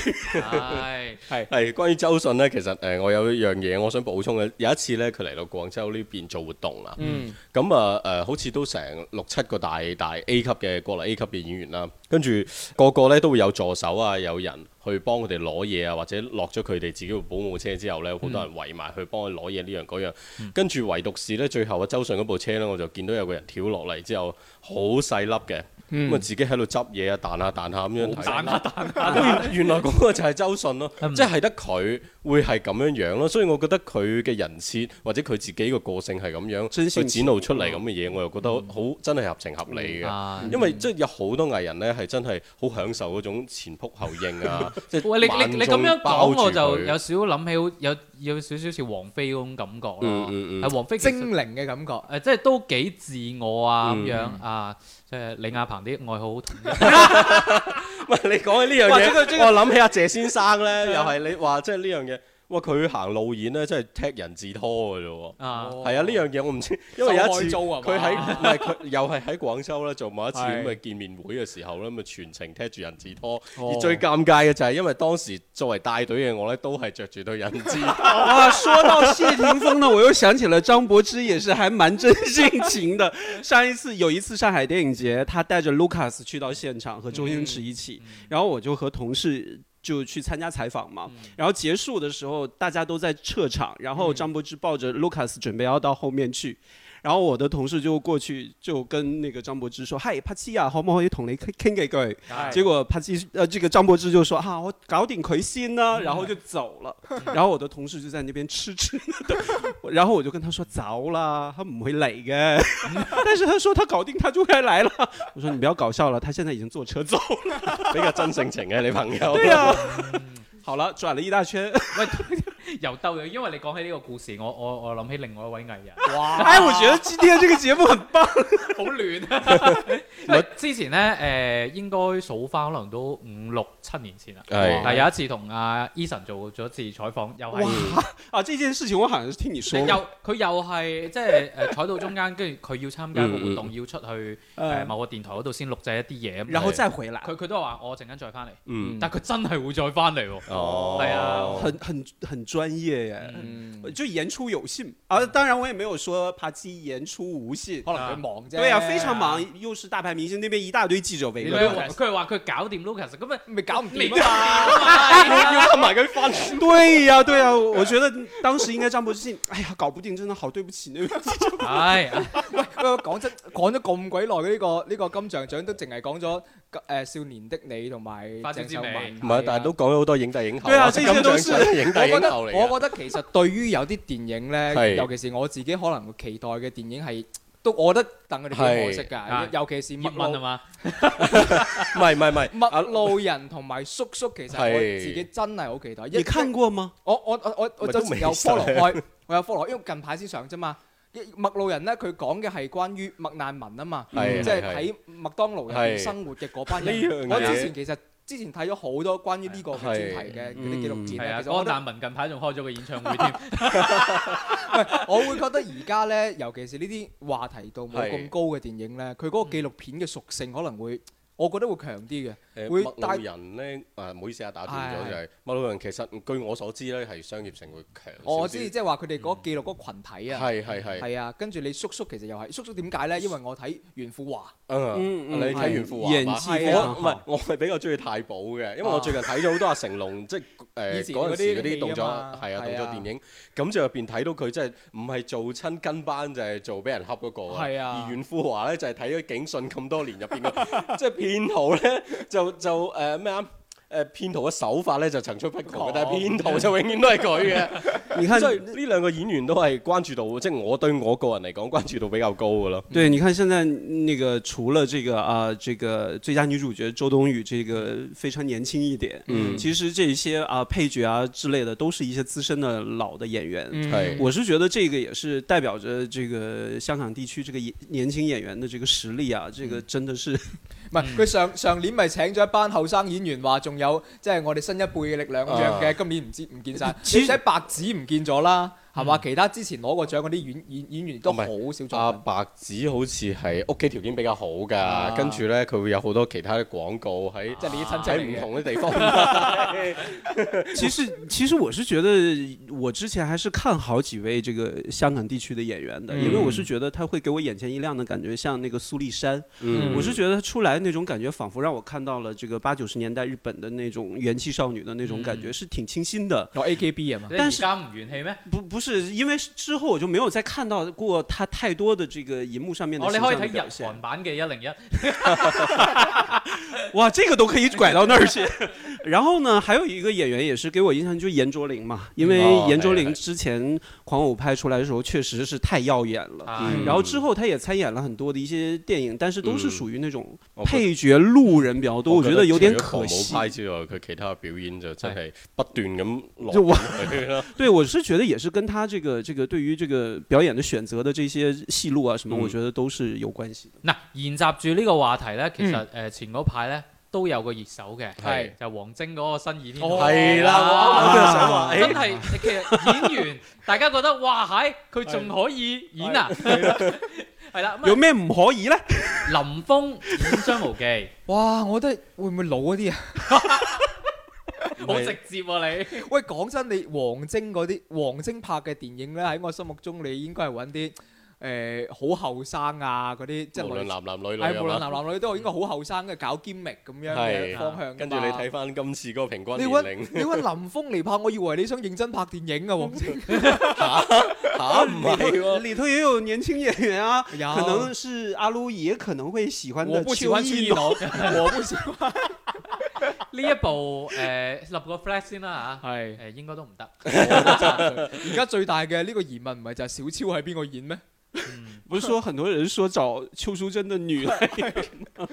係
係關於周迅咧，其實誒我有一樣嘢我想補充嘅，有一次咧佢嚟到廣州呢邊做活動啊，
嗯
咁啊誒好似都成六七個大大 A 級嘅國內 A 級嘅演員啦，跟住個個咧都會有助手啊，有人去幫佢哋攞嘢啊，或者落咗佢哋自己部保姆車之後呢，有好多人圍埋去幫佢攞嘢呢樣嗰樣。跟住唯獨是呢，最後啊周迅嗰部車呢，我就見到有個人跳落嚟之後，好細粒嘅，咁啊自己喺度執嘢啊彈下彈下咁樣睇。
彈下彈下，
啊原來嗰個就係周迅咯，
嗯
即係得佢會係咁樣樣咯，所以我覺得佢嘅人設或者佢自己個個性係咁樣，
真性
去
情
展露出嚟咁嘅嘢，我又覺得好真係合情合理嘅。
啊
因為即係有好多藝人呢，係真係好享受嗰種前仆後應啊，即係
喂，你
萬
你你
眾
咁樣
包
講
住
我就
佢
有少少諗起有有少少似王菲嗰種感覺咯。
嗯嗯嗯
係王菲其實
精靈嘅感覺。
誒，即係都幾自我啊咁
嗯
樣啊，即係李亞鵬啲愛好好統一。
喂，你講起呢樣
哇這個這
嘢，我諗起阿謝先生咧，又係你話即係呢樣嘢，哇！佢行路演咧，真係踢人字拖嘅啫喎。
啊，
係啊，呢樣嘢我唔知，因為有一
收
次
開租係嘛
佢喺唔係佢 又係喺廣州咧做某一次
係
咁嘅見面會嘅時候咧，咁啊全程踢住人字拖，
哦
而最尷尬嘅就係因為當時作為帶隊嘅我咧，都係着住對人 字拖。
啊，说到谢霆锋呢，我又想起了张柏芝，也是还蛮真性情的。上一次有一次上海电影节，他带着 Lucas 去到现场和周星驰一起，然后我就和同事。就去参加采访嘛，然后结束的时候大家都在撤场，然后张柏芝抱着 Lucas 准备要到后面去，然后我的同事就过去就跟那个张柏芝说：，嗨，柏芝啊，可唔可以同你傾傾幾句？结果帕基呃，这个张柏芝就说啊，我搞定魁星呢，然后就走了。然后我的同事就在那边痴痴的， 然后我就跟他说走啦，他不会来的。 但是他说他搞定他就该来了。 我说你不要搞笑了，他现在已经坐车走了。
比較真性情嘅你朋友。
对呀、 好了，转了一大 圈。
又兜咗，因為你講起呢個故事，我我我諗起另外一位藝人，
哇！
哎，我覺得今天这个节目很棒。
好亂啊！ 因為之前咧誒，應該數翻可能都五六七年前啦。
係
但有一次同阿 Eason 做咗次採訪，又係。
啊，這件事情我好像是听你说过。
又佢又係即係誒坐到中間，跟住佢要參加一個活動，要出去誒
呃
某個電台嗰度先錄製一啲嘢。咁
然后再回来，
佢佢都話我陣間再翻嚟，
嗯，
但佢真係會再翻嚟喎。
哦，
係啊
很很很专业耶。
嗯
就言出有信啊，当然我也没有说帕基言出无信，
可能佢忙啫。
对呀、非常忙，，又是大牌明星，那边一大堆记者
佢
围着。
話佢話佢搞掂 Lucas，咁咪
咪搞唔
未
掂
搞掂
啊！
啊嘛。
同埋佢翻
对呀、对呀、我觉得当时应该张柏芝信，哎呀，搞不定，真的好对不起那位记者。
唉，啊
喂，講真，講咗咁鬼耐嘅呢個呢個金像獎都淨係講咗誒少年的你同埋
花椒
鄭
之
秀
味
文，
唔係，但係都講咗好多影帝影后
對啊
即係
這些
金
都
像
是
獎影帝
我覺
影
得
后嚟嘅。
我覺得其實對於有啲電影咧，
係
尤其是我自己可能期待嘅電影係，都我覺得等佢哋幾可惜
係
㗎，尤其是
葉
麥
問啊
路
嘛，
唔係唔係唔係，
麥路人同埋叔叔，其實我
係
自己真係好期待。一
你看過嗎？
我我我我我
咪
就
都未啊
有
上
follow 開，我有 follow，因為近排先上啫嘛。一麥路人咧，佢講嘅係關於麥難民啊嘛，即
係
係
係
喺麥當勞入邊
係
生活嘅嗰班
呢
人。
樣
我
嘢
之前其實之前睇咗好多關於呢個嘅專
係
題嘅嗰啲
嗯
紀錄片
係
咧，
啊，
其實
江
我覺得
難民近排仲開咗個演唱會添。
我會覺得而家咧，尤其是呢啲話題度冇咁
係
高嘅電影咧，佢嗰個紀錄片嘅屬性可能會，我覺得會強啲嘅。
誒
會
麥
帶
路人咧，誒唔好意思啊，打斷
係係
咗就係麥路人其實據我所知咧係商業性會強少少。嗯
我知即係話佢哋嗰個記錄嗰個羣體啊，
係係係，
係啊，跟住你叔叔其實又係叔叔點解咧？因為我睇袁富華。
嗯，你睇完富華
演
嘛
技
係
非
啊
常
我唔係
好。，
我係比較中意太保嘅，因為我最近睇咗好多阿成龍，即係
以
誒
前
嗰陣時嗰
嗰啲
啲動作
戲啊嘛
係
係
啊
啊
動作電影，咁就入邊睇到佢真係唔係做親跟班就係做俾人恰嗰個
係啊
而袁富華咧就係睇咗警訊咁多年入邊嘅， 即係騙徒咧就就誒咩啊？誒騙徒嘅手法咧就層出不
哦
窮嘅，但係騙徒就永遠都係佢嘅。
你看，
所以呢兩個演員都係關注度，即係我對我個人嚟講關注度比較高嘅咯。
对，你看现在那个除了这个啊、这个最佳女主角周冬雨这个非常年轻一点，
嗯
其实这些啊、配角啊之类的，都是一些资深的老的演
嗯
员，
嗯
係
我是觉得这个也是代表着这个香港地区这个演年轻演员的这个实力啊，这个真的是
唔
嗯
係佢上上年咪請咗一班後生演員，話仲
啊
有即係我哋新一輩嘅力量咁樣嘅，今年唔知唔見晒，
其實
你睇白紙唔見咗啦，係嘛？其他之前攞過獎嗰啲演演演員都
嗯唔
好
係啊
少作
阿
品。
白子好似係屋企條件比較好
啊
㗎，跟住呢，佢會有好多其他嘅廣告喺
即係你啲親戚
喺唔
嚟嘅。
同嘅地方。
其实其实我是觉得，我之前还是看好几位这个香港地区的演员的，因为我是觉得他会给我眼前一亮的感觉，像那个苏丽珊，
嗯
我是觉得她出来那种感觉，仿佛让我看到了这个八九十年代日本的那种元气少女的那种感觉，是挺清新的。
有 A K B 啊嘛，
你
但
而
是
家唔元氣咩？
不不是因为之后我就没有再看到过她太多的这个荧幕上面的
哦，你
形
可以
象的
睇
表
日
现。
韓版嘅一零一，啊
哇，这个都可以拐到那儿去。 然后呢，还有一个演员也是给我印象就是严卓林嘛，因为
哦
严卓
哎
林
哎
之前《狂舞》拍出来的时候确实是太耀眼了。
啊
嗯
然后之后他也参演了很多的一些电影，但是都是属于那种
我覺得
配角、路人比较嗯
哦
多，我觉得有点可
除咗
惜
狂。舞派之外，佢其他嘅表演就真係不斷咁落
就我
去啦。
对我是觉得也是跟他这个这个对于这个表演的选择的这些戏路啊什么，
嗯
我觉得都是有关系的。
嗱，延襲住呢個話題咧，其實誒、呃前嗰排咧都有個熱搜嘅，
係
就王晶嗰個新倚天
哦
堂
係啦
啊
哇我都想話
真係其實演員大家覺得哇係佢仲可以演啊，係啦，咁
有
啊
咩唔可以呢？
林峰演張無忌，
哇！我覺得會唔會老嗰啲啊？
好直接喎你。
喂，講真，你王晶嗰啲王晶拍嘅電影咧，喺我心目中你應該係揾啲誒好後生啊嗰啲，即係
無論
女，
男男女女
係無論
啊嘛
男男女都應該好後生嘅，搞兼力咁樣嘅
係
方向㗎嘛。
跟住你睇翻今次嗰個平均
你
年
揾
齡
你揾林峰嚟拍，我以為你想認真拍 電影啊，王晶。
嚇，啊唔係喎。
里头也有年轻演员啊，
有
可能是阿撸也可能会喜欢
哦我
的
不喜
邱
歡邱
意
意
浓。
濃， 我不喜歡。
呢一部誒、呃立個 flag 先啦嚇，
係
誒、。應該都唔得。
而家最大嘅呢個疑問唔係就係小超係邊個演咩？
嗯
不是说很多人说找邱淑贞的女来，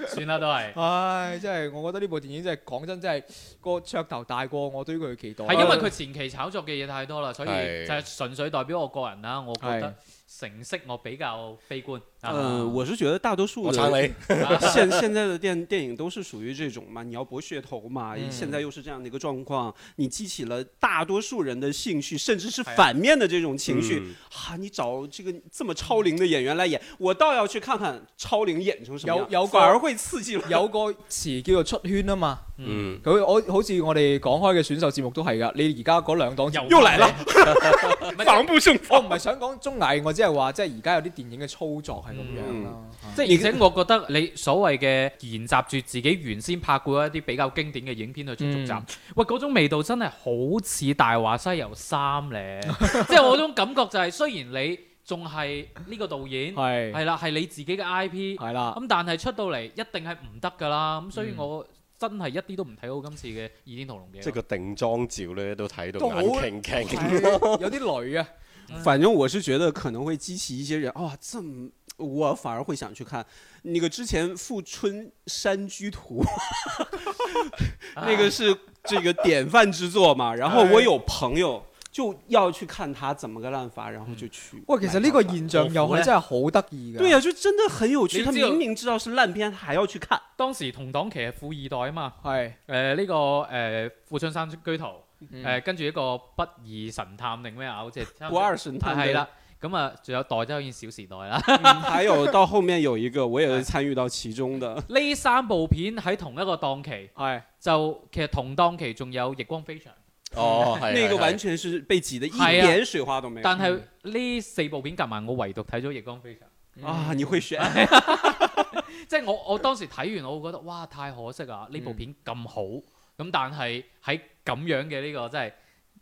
算啦，都係
唉，真係我覺得呢部電影真係講真真係個噱頭大過我對佢嘅期待。
係因為佢前期炒作嘅嘢太多啦，所以
係
就係純粹代表我個人啦。我覺得
係
成色我比較悲觀。啊
呃，我是觉得大多数
我撐
的
你，嗯
现现在的电电影都是属于这种嘛，你要博噱头嘛，
嗯
现在又是这样的一个状况，你激起了大多数人的兴趣，甚至是反面的这种情绪，
嗯
哈、你找这个这么超龄的演员来演，我倒要去看看超龄演成什么样，
有有
反而会刺激了。
有個詞叫做出圈啊嘛，
嗯，
佢我好似我哋講開嘅選秀節目都係㗎。你而家嗰兩檔節目
又
又来了， 防不胜
我唔係想講綜藝，我只係話即係而家有啲電影嘅操作係咁樣啦。
即係而且我覺得你所謂嘅研習住自己原先拍過一啲比較經典嘅影片去做續集，
嗯
喂嗰種味道真係好似《大話西遊三》 咧，即係我嗰種感覺就係、雖然你仲係呢個導演，
係
係啦係你自己嘅 IP，
係啦，
咁但係出到嚟一定係唔得㗎啦，咁所以
嗯
我真係一啲都唔睇好今次嘅《倚天屠龍記》
即係
咯。
個定妝照咧都睇到
都好
眼瓊瓊。
係啊有啲雷啊。
反正我是觉得可能会激起一些人啊、这么我反而会想去看那个之前《富春山居图》，那个是这个典范之作嘛。然后我有朋友就要去看他怎么个烂法，然后就去。
喂，其實呢個現象又係真係好得意㗎。
对呀、就真的很有趣。
你
他
知道
明明知道是烂片，还要去看。
當時同檔期係富二代啊嘛，
係
誒、呢、個誒、富春山居圖，誒、
嗯
跟住一個不二神探定咩啊，好似係差唔
不
多
二神探
啊係啦，咁啊，仲有代州已經小時代啦。
对吧，嗯还有到后面有一个我也是参与到其中的。
呢三部片喺同一個檔期，
係
就其實同檔期仲有《逆光飛翔》，
哦，係
那
係
个
係
完全是被挤得一
哎呀
点水花都没有
但係呢四部片夾埋，我唯獨睇咗《逆光飛翔
啊！你会选？》，
即係我我當時睇完，我會覺得哇太可惜啊！呢部片咁好，咁但係喺咁樣嘅呢個真係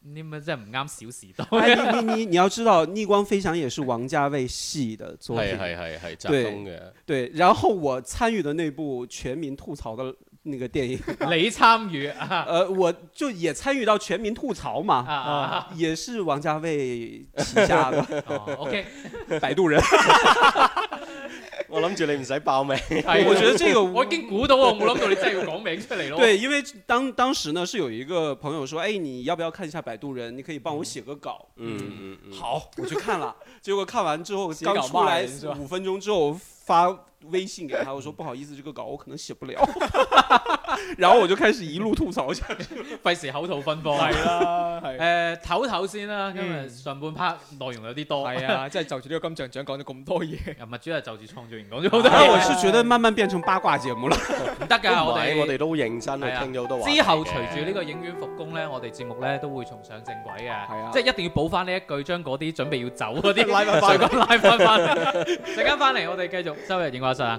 呢咩真係唔啱小時 代。
哎，你你你你要知道，《逆光飞翔》也是王家卫系的作品
係，係係係集
對
中嘅。
对。然后我参与的那部全民吐槽的那个电影，
你參與 啊
呃，我就也参与到全民吐槽嘛，
啊啊
也是王家卫旗 下的
哦，OK，
摆渡人。
我諗住你唔使報名。
係啊
我覺得這 個
我已經估到啊，我冇諗到你真係要講名出嚟咯。
对，因为当当时呢是有一个朋友说，哎，你要不要看一下摆渡人？你可以帮我写个稿。
嗯嗯嗯。
好，我去看了，结果看完之后
稿
刚出
骂
来
人是吧
五分钟之后发微信给他，我说不好意思，这个稿我可能写不了， 然后我就开始一路吐槽 下去。
費事口吐芬芳。
係啦，係
誒唞唞先啦，今日
嗯
上半 part 內容有啲多，
係 啊，即係就住呢個金像獎講咗咁多嘢，
啊，咪主要係就住創作營講咗好多
但
嘢，
我是觉得慢慢变成八卦节目了。
唔得㗎，
唔
我
係
哋
我哋都認真去
係啊
傾咗好多話題嘅
之後隨住呢個影院復工咧，我哋節目咧都會重上正軌
係啊
嘅，即係一定要補翻呢一句，將嗰啲準備要走嗰啲
拉返返
上拉翻翻嚟。陣間翻嚟，我哋繼續周日影畫室啊！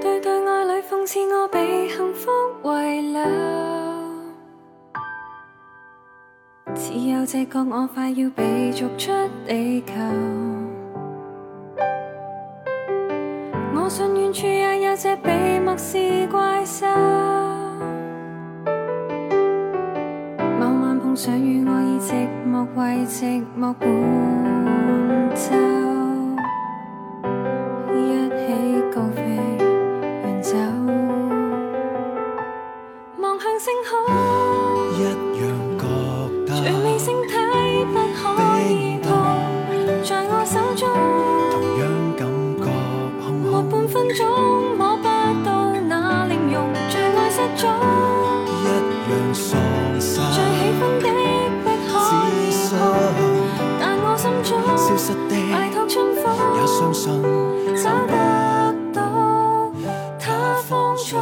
對對愛侶諷刺我被幸福遺留，似有這覺我快要被逐出地球。我信遠處也有這被漠視怪獸。某晚碰上雨，我以寂寞為寂寞伴奏。一起高飛遠走，望向星空，
一樣覺
最美
得
星體不可以碰，在我手中，
同樣感覺空
過
空，
半分鐘摸不到那玲容，最愛失蹤，
一樣喪失
最喜歡的不可
資
以
訊，
碰，但我心中
消失的
拜託春
也
風
相信，
找得到，他放咗。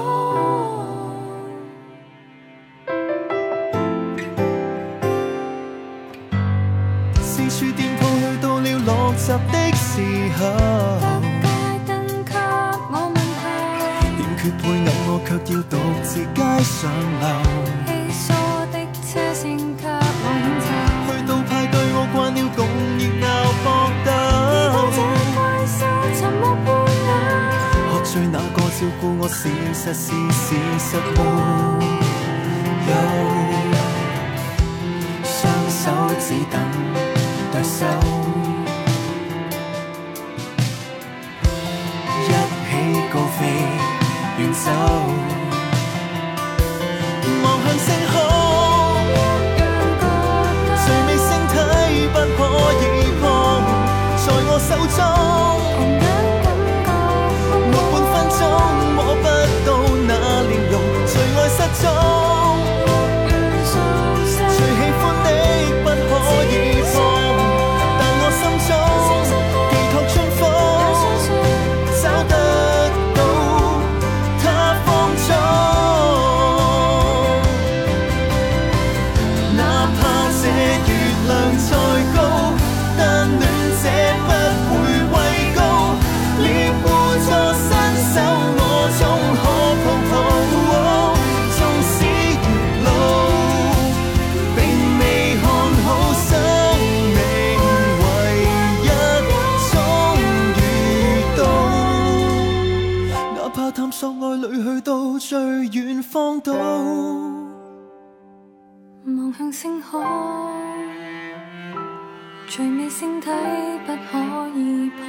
四處店鋪去到了落閘的時候，欠缺配偶我卻要獨自街上流。去到派對我慣了共熱鬧搏鬥，喝醉那個照顧我事實是事實沒有。雙手只等對手。一起高飛遠走，望向星空，最美星體不可以碰，在我手中，沒半分鐘摸不到那臉容，最愛失蹤。最喜歡的不可以放，但我心中寄託春風，找得到它放縱。哪怕這月亮再高，單戀者不會畏高，獵戶座伸手我總可碰碰，縱哦使沿路。並未看好生命唯一終遇到，哪怕探索愛侶去到最遠方島，
望向星空，最美星體不可以碰。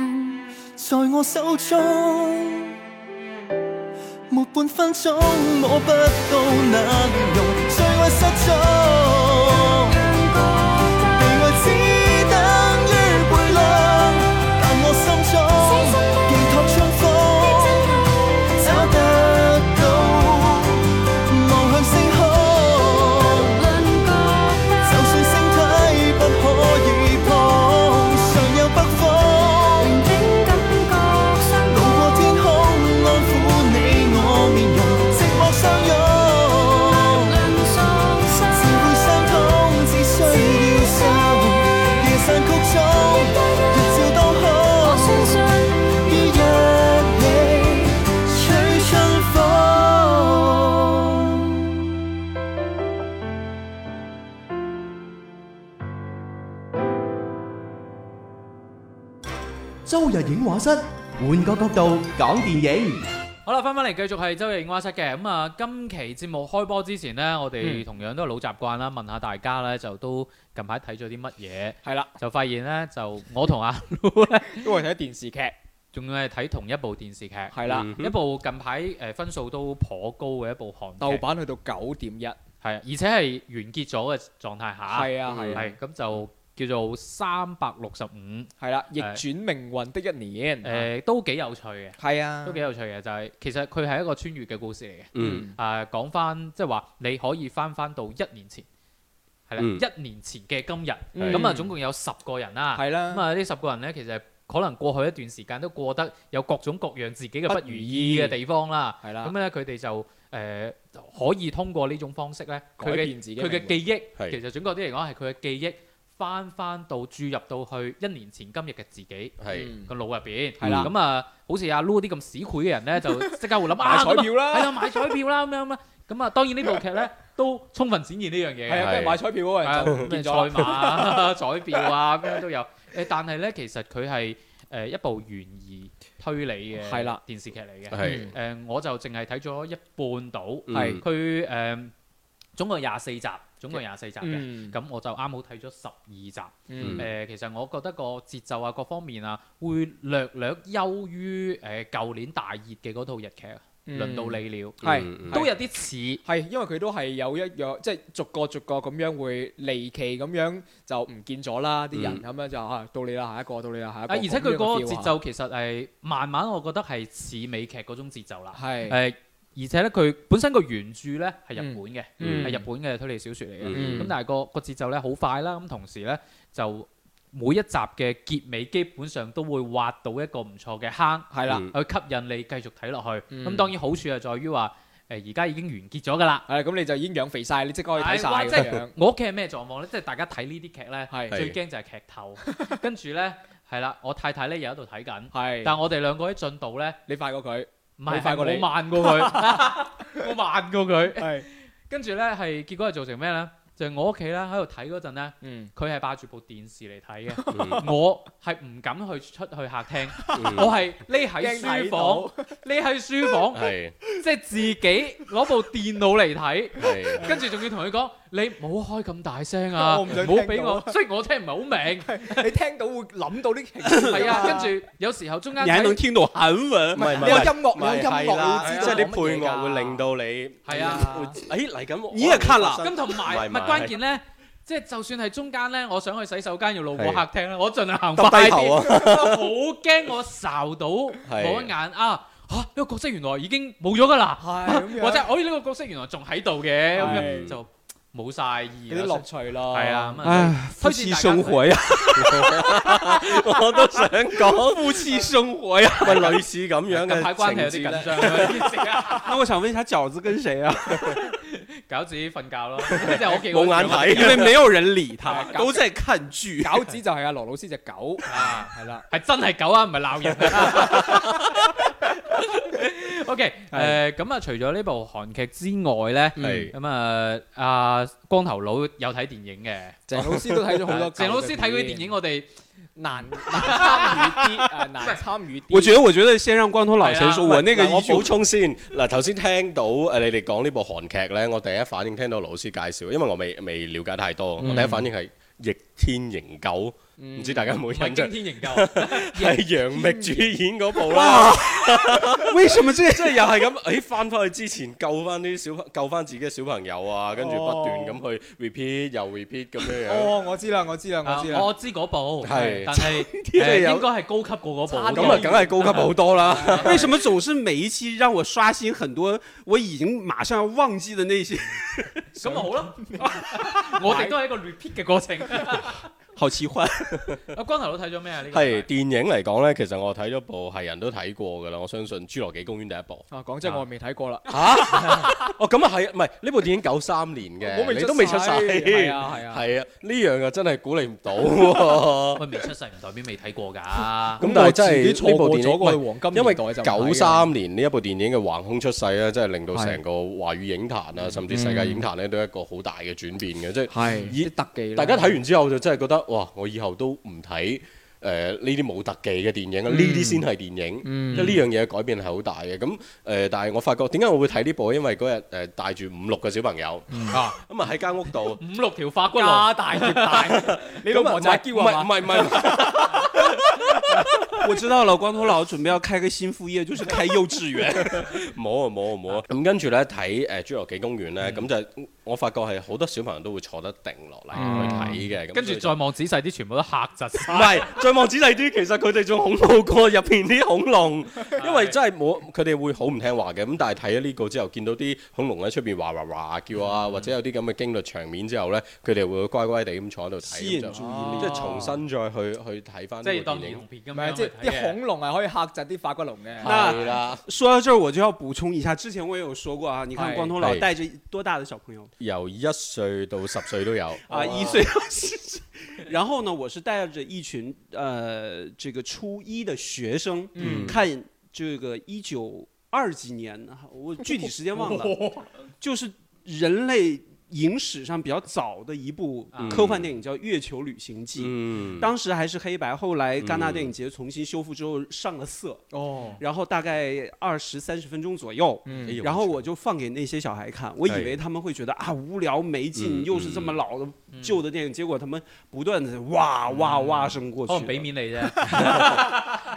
在我手中，沒半分鐘摸不到那面容，最愛失蹤。被愛只等於背囊，但我心中寄託春風，找得到望向星空。就算星體不可以碰，尚有北風路過天空，安撫你我面容，寂寞相擁。只會相通，只需要心。夜散曲中，日照當空，於一起吹春風。
周日影畫室，換個角度講電影。
好啦，翻返嚟繼續係周日影畫室嘅咁啊！今期節目開波之前呢，我哋同樣都係老習慣啦，問下大家呢，就都近排睇咗啲乜嘢，
係啦，
就發現呢，就我同阿 Lu 呢，
因為睇電視劇嗯
仲要係睇同一部電視劇，
係啦，
嗯
一部近排誒分數都頗高嘅一部韓
豆
劇，啊
瓣去到九點一，係
係啊，而且係完結咗嘅狀態下，
啊係啊，
係咁就叫做三百六十五，
係啦，逆
誒
轉命運的一年，
誒都幾有趣嘅，
係啊
都，幾有趣嘅，就係、其實佢係一個穿越嘅故事嚟嘅。
嗯，
誒講翻即係話你可以翻翻到一年前，係啦，
嗯
一年前嘅今日，
嗯
咁啊總共有十個人啦。
係啦
咁啊呢十個人呢，其實可能過去一段時間都過得有各種各樣自己嘅
不
不如意
如
嘅
意
地方啦。
係啦
咁，咧佢哋就誒、呃可以通過呢種方式咧，佢
改
嘅
變自己
佢嘅記憶，
係
其實準確啲嚟講係佢嘅記憶翻翻到注入到去一年前今日嘅自己。
係
個腦入邊，
嗯係啦
咁啊，好似阿 Lou 啲咁市儈嘅人咧，就即刻會諗啊，
買彩
咁啊
票啦
係啊，買彩票啦咁樣咁啊，咁啊，當然呢部劇咧都充分展現呢樣嘢嘅
係啊，
係
跟住買彩票嗰個人
啊
就唔
咩
見
賽
咗啦，
馬啊、 彩票啊咁樣都有。誒，但係咧，其實佢係誒一部懸疑推理嘅
係啦
電視劇嚟嘅。嗯
係
誒，我就淨係睇咗一半到，
係
嗯
佢誒總共廿四集，總共廿四集嘅。
嗯，
咁我就啱好睇咗十二集。
嗯
誒、其實我覺得個節奏啊，各方面啊，會略略優於誒舊、年大熱嘅嗰套日劇《啊
嗯
輪到你了》
係
嗯嗯
都有啲似。
係，因為佢都係有一樣，即係逐個逐個咁樣會離奇咁樣就唔見咗啦，啲人咁樣就啊到你啦，下一個到你啦，下一
嗯啊，
個。
而且佢嗰
咁樣嘅
個
feel
節
啊
奏其實係慢慢，我覺得係似美劇嗰種節奏啦。誒、
係
而且咧，佢本身個原著咧係日本嘅，係、
嗯
日本嘅推理小説嚟嘅。咁、
嗯
但係個個節奏咧好快啦，咁同時咧就每一集嘅結尾基本上都會挖到一個唔錯嘅坑。啊
係啦，
嗯
去吸引你繼續睇落去。咁、
嗯
當然好處係在於話，誒而家已經完結咗㗎啦。
係啦咁你就已經養肥晒，你即刻可以睇晒
係哇即
咁樣。
我屋企係咩狀況呢？即係大家睇呢啲劇呢，
係
最驚就係劇 透。跟住呢，係啦，我太太呢又喺度睇緊，
係，
但我哋兩個啲進度呢，
你快過佢，
唔
你
係
快過你
我慢過佢，我慢過佢。
係，
跟住呢，係結果係造成咩呢？就係我屋企呢，喺度睇嗰陣呢，
嗯，
佢係霸住部電視嚟睇嘅，
嗯
我係唔敢去出去客廳，
嗯
我係匿喺
驚睇
書房，匿喺書房。
係
即係自己攞部電腦嚟睇，
係啊
跟住仲要同佢講：你唔好開咁大聲啊，
我
唔
唔想
好俾
聽到
我。雖然我聽唔係好明，
你聽到會諗到啲 情
係
係
啊。跟住有時候中間
你還能
睇
聽懂韓文？
唔係
你有音樂，你有音
係啦
樂，你會知
即
道
係啲
講乜嘢
配樂
㗎
會令到你
係 啊，
哎
誒嚟緊，
你也看了
咁同埋
唔係
咪關鍵咧，即係就算係中間咧，我想去洗手間要路過
係
客廳咧，我盡量行
耷
快
低
啲， 我
頭啊
好驚我睄到
係
某一眼啊嚇，呢個角色原來已經冇咗㗎啦，
係咁樣，
或者我呢個角色原來仲喺度嘅，咁樣
係
就冇晒意
有啲
啦
樂。趣咯。
係啊，咁啊。
唉，夫妻生活呀，
我都想講，
夫妻生活呀。
喂，類似咁樣
近排關係有
嘅
啲
情節
緊
咧，
張啊。
那我想問一下，餃子跟誰啊？
搞自己瞓覺咯，即係我屋企
冇眼
睇
睇，
因為沒有人理他，
搞
都在看劇。
餃子就係阿羅老師只狗，
啊，
係啦，
係真係狗啊，唔係鬧人啊。OK，誒咁啊，除咗呢部韓劇之外咧，
係
咁啊，阿光頭佬有睇電影嘅，啊
鄭老師都睇咗好多。
鄭老師睇嗰啲電影，我哋
難難參與啲，誒難呃參與啲。
我覺得，我覺得先讓光頭老先說，
哎呀
我那個
嗱我
一句
補充先，嗱頭先聽到誒你哋講呢部韓劇咧，我第一反應聽到老師介紹，因為我未未了解太多，我第一反應係逆天營救，唔知大家有冇
唔係
印象
驚？天營救，
係楊冪
嗯
主演嗰部啦，
為什麼這
即係又係咁，誒翻返去之前救翻啲小朋救翻自己嘅小朋友啊，跟住不斷咁去 repeat 又 repeat 咁樣樣，
哦哦，我知啦，我知啦，我知
啊
啦。
我知嗰部，
係
但係
啲
誒
你有
應該係高級過嗰部，
咁
哦
啊梗係高級好多啦，
為什麼總是每一期讓我刷新很多我已經馬上要忘記的那些？
咁啊咪好咯， 我哋都係一個 repeat 嘅過程。
好奇幻，
阿光頭佬睇咗咩啊？呢個
係電影嚟講咧，其實我睇咗部係人都睇過㗎啦，我相信《侏羅紀公園》第一部。
啊，講真，我未睇過啦。
哦，咁啊係，唔係呢部電影九三年
我
嘅，
未
你
哦出
都未出世，
世係啊係啊
係啊，呢樣啊真係鼓勵唔到喎。
喂，未出世唔代表未睇過㗎。
咁但係真
自己
係
錯
呢部
過
電
咗
影，
個
喂
黃金
因為
年代就唔睇啊㗎
九三年呢一部電影嘅橫空出世咧，真係令到
係
成個華語影壇啊，甚至世界影壇咧，都有一個好大嘅轉變嘅，即係
係
以
啲特技啦，
大家睇完之後就真係覺得哇！我以後都唔睇誒呢啲冇特技嘅電影啦，呢啲先係電影，
嗯
因為呢樣嘢改變係好大嘅。咁誒、呃但係我發覺點解我會睇呢部？因為嗰日誒帶住五六個小朋友
嗯
啊。
咁啊喺間屋度
五六條化骨龍，
大業大，你老
咁啊
婆
唔
就係
係
嬌啊嘛
唔係唔係唔 係
我知道了，光头佬准备要开个新副业，就是开幼稚 园。
冇啊冇啊冇啊！咁跟住咧睇誒侏羅紀公園咧，咁就嗯我發覺係好多小朋友都會坐得定落嚟去睇嘅。咁
跟住
所以就
再望仔細啲，全部都嚇窒
唔
啊
晒。
係，再望仔細啲，其實佢哋仲恐怖過入邊啲恐龍，因為真係冇佢哋會好唔聽話嘅。咁但係睇咗呢個之後，見到啲恐龍喺出邊哇哇哇叫啊，或者有啲咁嘅驚慄場面之後咧，佢哋會乖乖地咁坐喺度
吸
睇，
引
咁就嗯
注意力
即係重新再去去睇 翻
即
呢
係
部
當
電
兒
影
童。片咁
唔係
樣
即係
去睇嘅
啲恐龍係可以嚇窒啲法骨龍嘅。
係啦，
说到这儿，我就要补充一下，之前我也有说过啊，你看
哎
光头佬
哎
带着多大的小朋友
由一歲到十歲都有。
啊？一岁到十岁。然后呢，我是带着一群呃这个初一的学生，
嗯
看这个一九二几年，我具体时间忘了， 就是人类影史上比较早的一部
啊
科幻电影叫《月球旅行记》。
嗯，
当时还是黑白，后来戛纳
嗯
电影节重新修复之后上了色，
哦，
然后大概二十三十分钟左右，
哎呦
嗯然后我就放给那些小孩看，我以为他们会觉得啊无聊没劲，
嗯
又是这么老的旧的电影，结果他们不断的哇哇哇声
哦
过
可
去
能俾
了。
面你啫，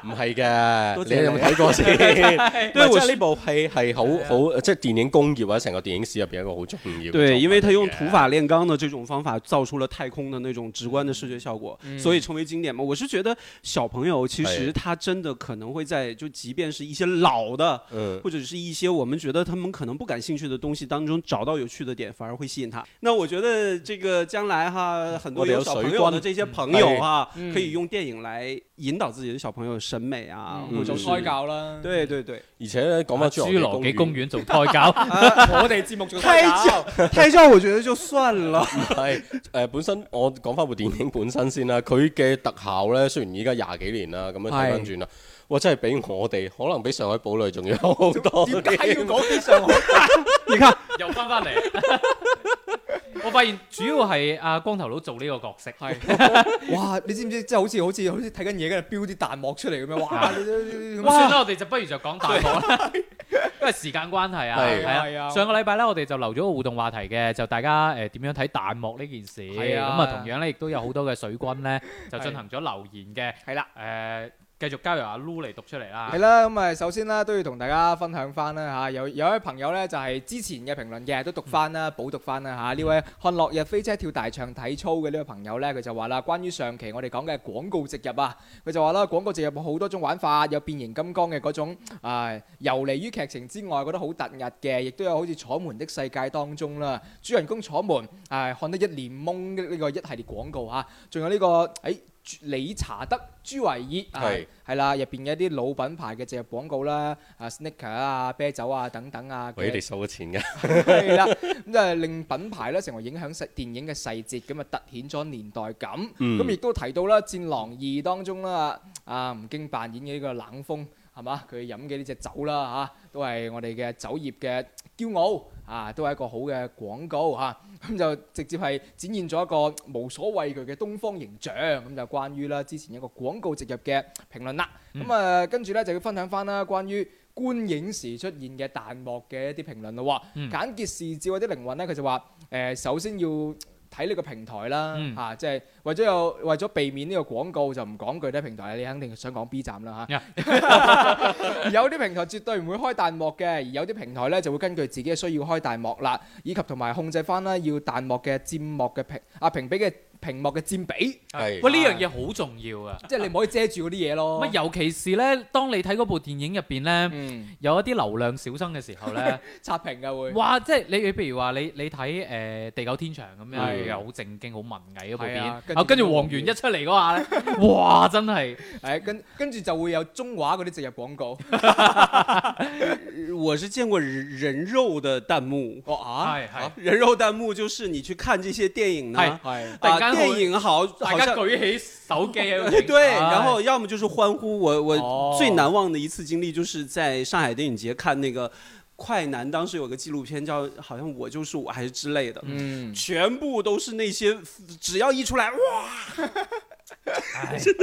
唔係嘅，
多謝
你有冇睇過先？
對
對，
我
即係呢部戲係好好，即係電影工業或者成個電影史入邊一個好重要嘅作品嚟嘅。
对，因为他用土法炼钢的这种方法造出了太空的那种直观的视觉效果，所以成为经典嘛。我是觉得小朋友其实
哎
他真的可能会在就即便是一些老的，
嗯，
或者是一些我们觉得他们可能不感兴趣的东西当中找到有趣的点，反而会吸引他。那我觉得这个将来哈，很多
我得有
有小朋
水
友
光哎
的这些朋友哈，
嗯
可以用电影来引导自己的小朋友审美啊，
嗯
或者
做
是
胎教啦。
对对对，
而且咧講翻
侏啊羅紀公
園，
園做胎教，
我哋節目做胎教，
胎教我觉得就算了，
係誒本身我講翻部電影本身先啦，佢嘅特效咧雖然依家廿幾年啦，咁樣睇翻轉啦，哇真係比我哋可能比上海堡壘仲要好多
點解要
啲。
講起上海？
你看
又翻翻嚟。 我發現主要係阿光頭佬做呢個角色，
哇！你知唔知？即係好似好似好似睇緊嘢，跟住標啲彈幕出嚟咁樣。啊哇！你你你
咁算啦，我哋就不如就講大幕啦，
啊
因為時間關係啊。
係
係
係
啊
啊，上個禮拜咧，我哋就留咗個互動話題嘅，就大家誒點樣睇彈幕呢件事。
係啊
咁啊，同樣咧亦都有好多嘅水軍咧，就進行咗留言嘅。
係啦。
誒，繼續交由阿 Lu 嚟讀出嚟啦
係。啦，咁啊，首先啦，都要同大家分享翻啦嚇，有有一位朋友咧就係之前嘅評論嘅，都讀翻啦，補讀翻啦嚇。呢位看落日飛車跳大象體操嘅呢位朋友咧，佢就話啦，關於上期我哋講嘅廣告植入啊，佢就話啦，廣告植入有好多種玩法，有變形金剛嘅嗰種啊、遊離於劇情之外，覺得好突兀嘅，亦都有好似《楚門的世界》當中啦，主人公楚門啊、看得一臉懵嘅呢個一系列廣告嚇，仲有呢、個誒。朱理查德朱維爾啊
係
係啦，入邊嘅一啲老品牌嘅植入廣告啦，啊 Snicker 啊、啤酒啊等等啊，
喂，你收咗錢嘅，
係啦，咁就係令品牌咧成為影響細電影嘅細節，咁啊突顯咗年代感。
嗯
咁亦都提到啦，《戰狼二》當中啦，啊吳京扮演嘅呢個冷鋒係嘛，佢飲嘅呢只酒啦嚇、啊都係我哋嘅酒業嘅驕傲啊，都係一個好嘅廣告嚇。啊咁就直接係展現咗一個無所畏懼嘅東方形象。咁就關於啦之前一個廣告植入嘅評論啦。
嗯
咁啊，跟住咧就要分享翻啦，關於觀影時出現嘅彈幕嘅一啲評論咯。喎
嗯
簡潔視照或者靈魂咧，佢就話誒，首先要睇呢個平台啦
嗯
嚇，即係為咗有為咗避免呢個廣告就唔講具體平台啦，你肯定想講 B 站啦嚇。 有啲平台絕對唔會開彈幕嘅，而有啲平台咧就會根據自己嘅需要開彈幕啦，以及同埋控制翻啦要彈幕嘅佔幕嘅屏啊屏比嘅屏幕嘅佔比，
係
啊喂，呢樣嘢好重要啊！
即係你唔可以遮住嗰啲嘢咯
乜。尤其是咧，當你睇嗰部電影入邊咧，
嗯，
有一啲流量小生嘅時候 咧。
刷屏嘅會。
哇！即係你你譬如話你你睇誒《地久天長》咁樣，
係
又好正經、好文藝嗰部
係啊
片，啊跟住黃源一出嚟嗰下咧， 哇！真係
係跟跟住就會有中華嗰啲植入廣告。
我是见过人人肉的弹幕，
哦啊，
係
哎
係
人肉弹幕就是你去看这些电影呢
哎，
係
突然
啊
间
电影好
大
好
家
像
舉起手機 喺度影
对，
哎
然后要么就是欢呼。我
哦
我最难忘的一次经历就是在上海电影节看那个快男，当时有个纪录片叫好像我就是我还是之类的，
嗯，
全部都是那些只要一出来哇，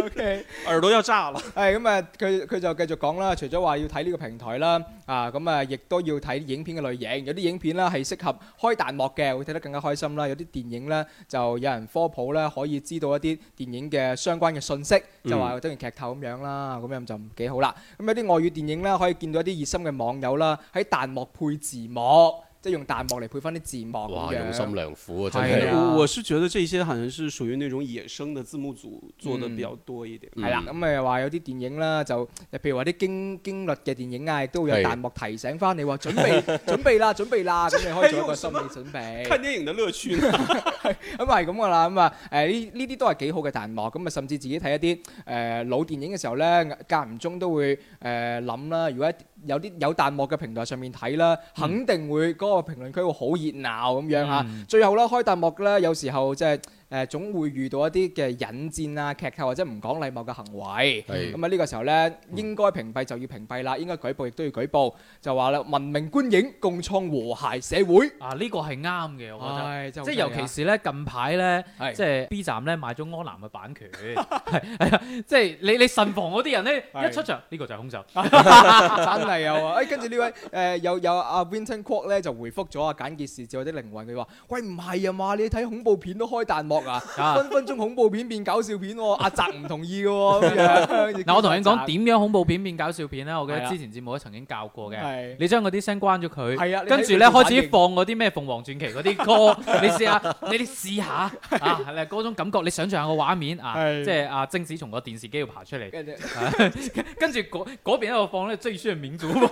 OK。
耳朵要炸了。
係咁啊，佢佢就繼續講啦，除咗話要睇呢個平台啦，啊咁啊，亦都要睇影片嘅類型，有啲影片啦係適合開彈幕嘅，會睇得更加開心啦；有啲電影咧就有人科普咧，可以知道一啲電影嘅相關嘅信息，就話等於劇透咁樣啦，咁樣就唔幾好啦。咁有啲外語電影咧，可以見到一啲熱心嘅網友啦，喺彈幕配字幕，即係用彈幕嚟配翻啲字幕
哇，
咁
用心
樣。
良苦啊，真
係
係
啊。
我我是觉得这些好像是属于那种野生的字幕组做的比较多一点。
嗯
係啦，咁誒話有啲電影啦，就譬如話啲驚驚慄嘅電影啊，亦都會有
係
彈幕提醒翻你話準 備準備啦，準備啦，咁你可以做一個心理準備。
看电影的乐趣呢？
咁係咁噶啦，咁啊誒呢呢啲都係幾好嘅彈幕，咁啊甚至自己睇一啲誒、老電影嘅時候咧，間唔中都會誒諗、啦。如果一有啲有彈幕嘅平台上面睇啦，肯定會嗰、個評論區會好熱鬧咁樣嚇。最後啦，開彈幕咧，有時候即係誒總會遇到一啲嘅引戰啊、劇透或者唔講禮貌嘅行為。
係
咁啊呢個時候咧，應該屏蔽就要屏蔽啦，應該舉報亦都要舉報，就話啦文明觀影，共創和諧社會。
啊，呢個係啱嘅，我覺得。
唉真係好啊
即係尤其是咧，近排咧，
係
即係 B 站咧買咗柯南嘅版權， 係係啊，即係你你慎防嗰啲人咧，
係啊
一出場呢個就係兇手，
真係有啊！誒，跟住呢位誒有有阿 Vincent Kwok 咧就回覆咗啊簡潔視照啲靈魂，佢話：喂唔係啊嘛，你睇恐怖片都開彈幕啊，
啊
分分鐘恐怖片變搞笑片喎，阿澤唔同意嘅喎咁樣。
啊嗱，我同你講點樣恐怖片變搞笑片咧，我記得之前節目都曾經教過嘅。
啊係
你將嗰啲聲關咗佢，
係啊你睇
跟住咧開
佢哋反
始
應
放嗰啲咩鳳凰傳奇嗰啲 歌，你試下，你哋試下啊，係啦嗰種感覺，你想象下個畫面啊，
係
即係啊貞子從個電視機度爬出嚟，
跟住
跟住嗰嗰邊喺度放咧最需要民 族風，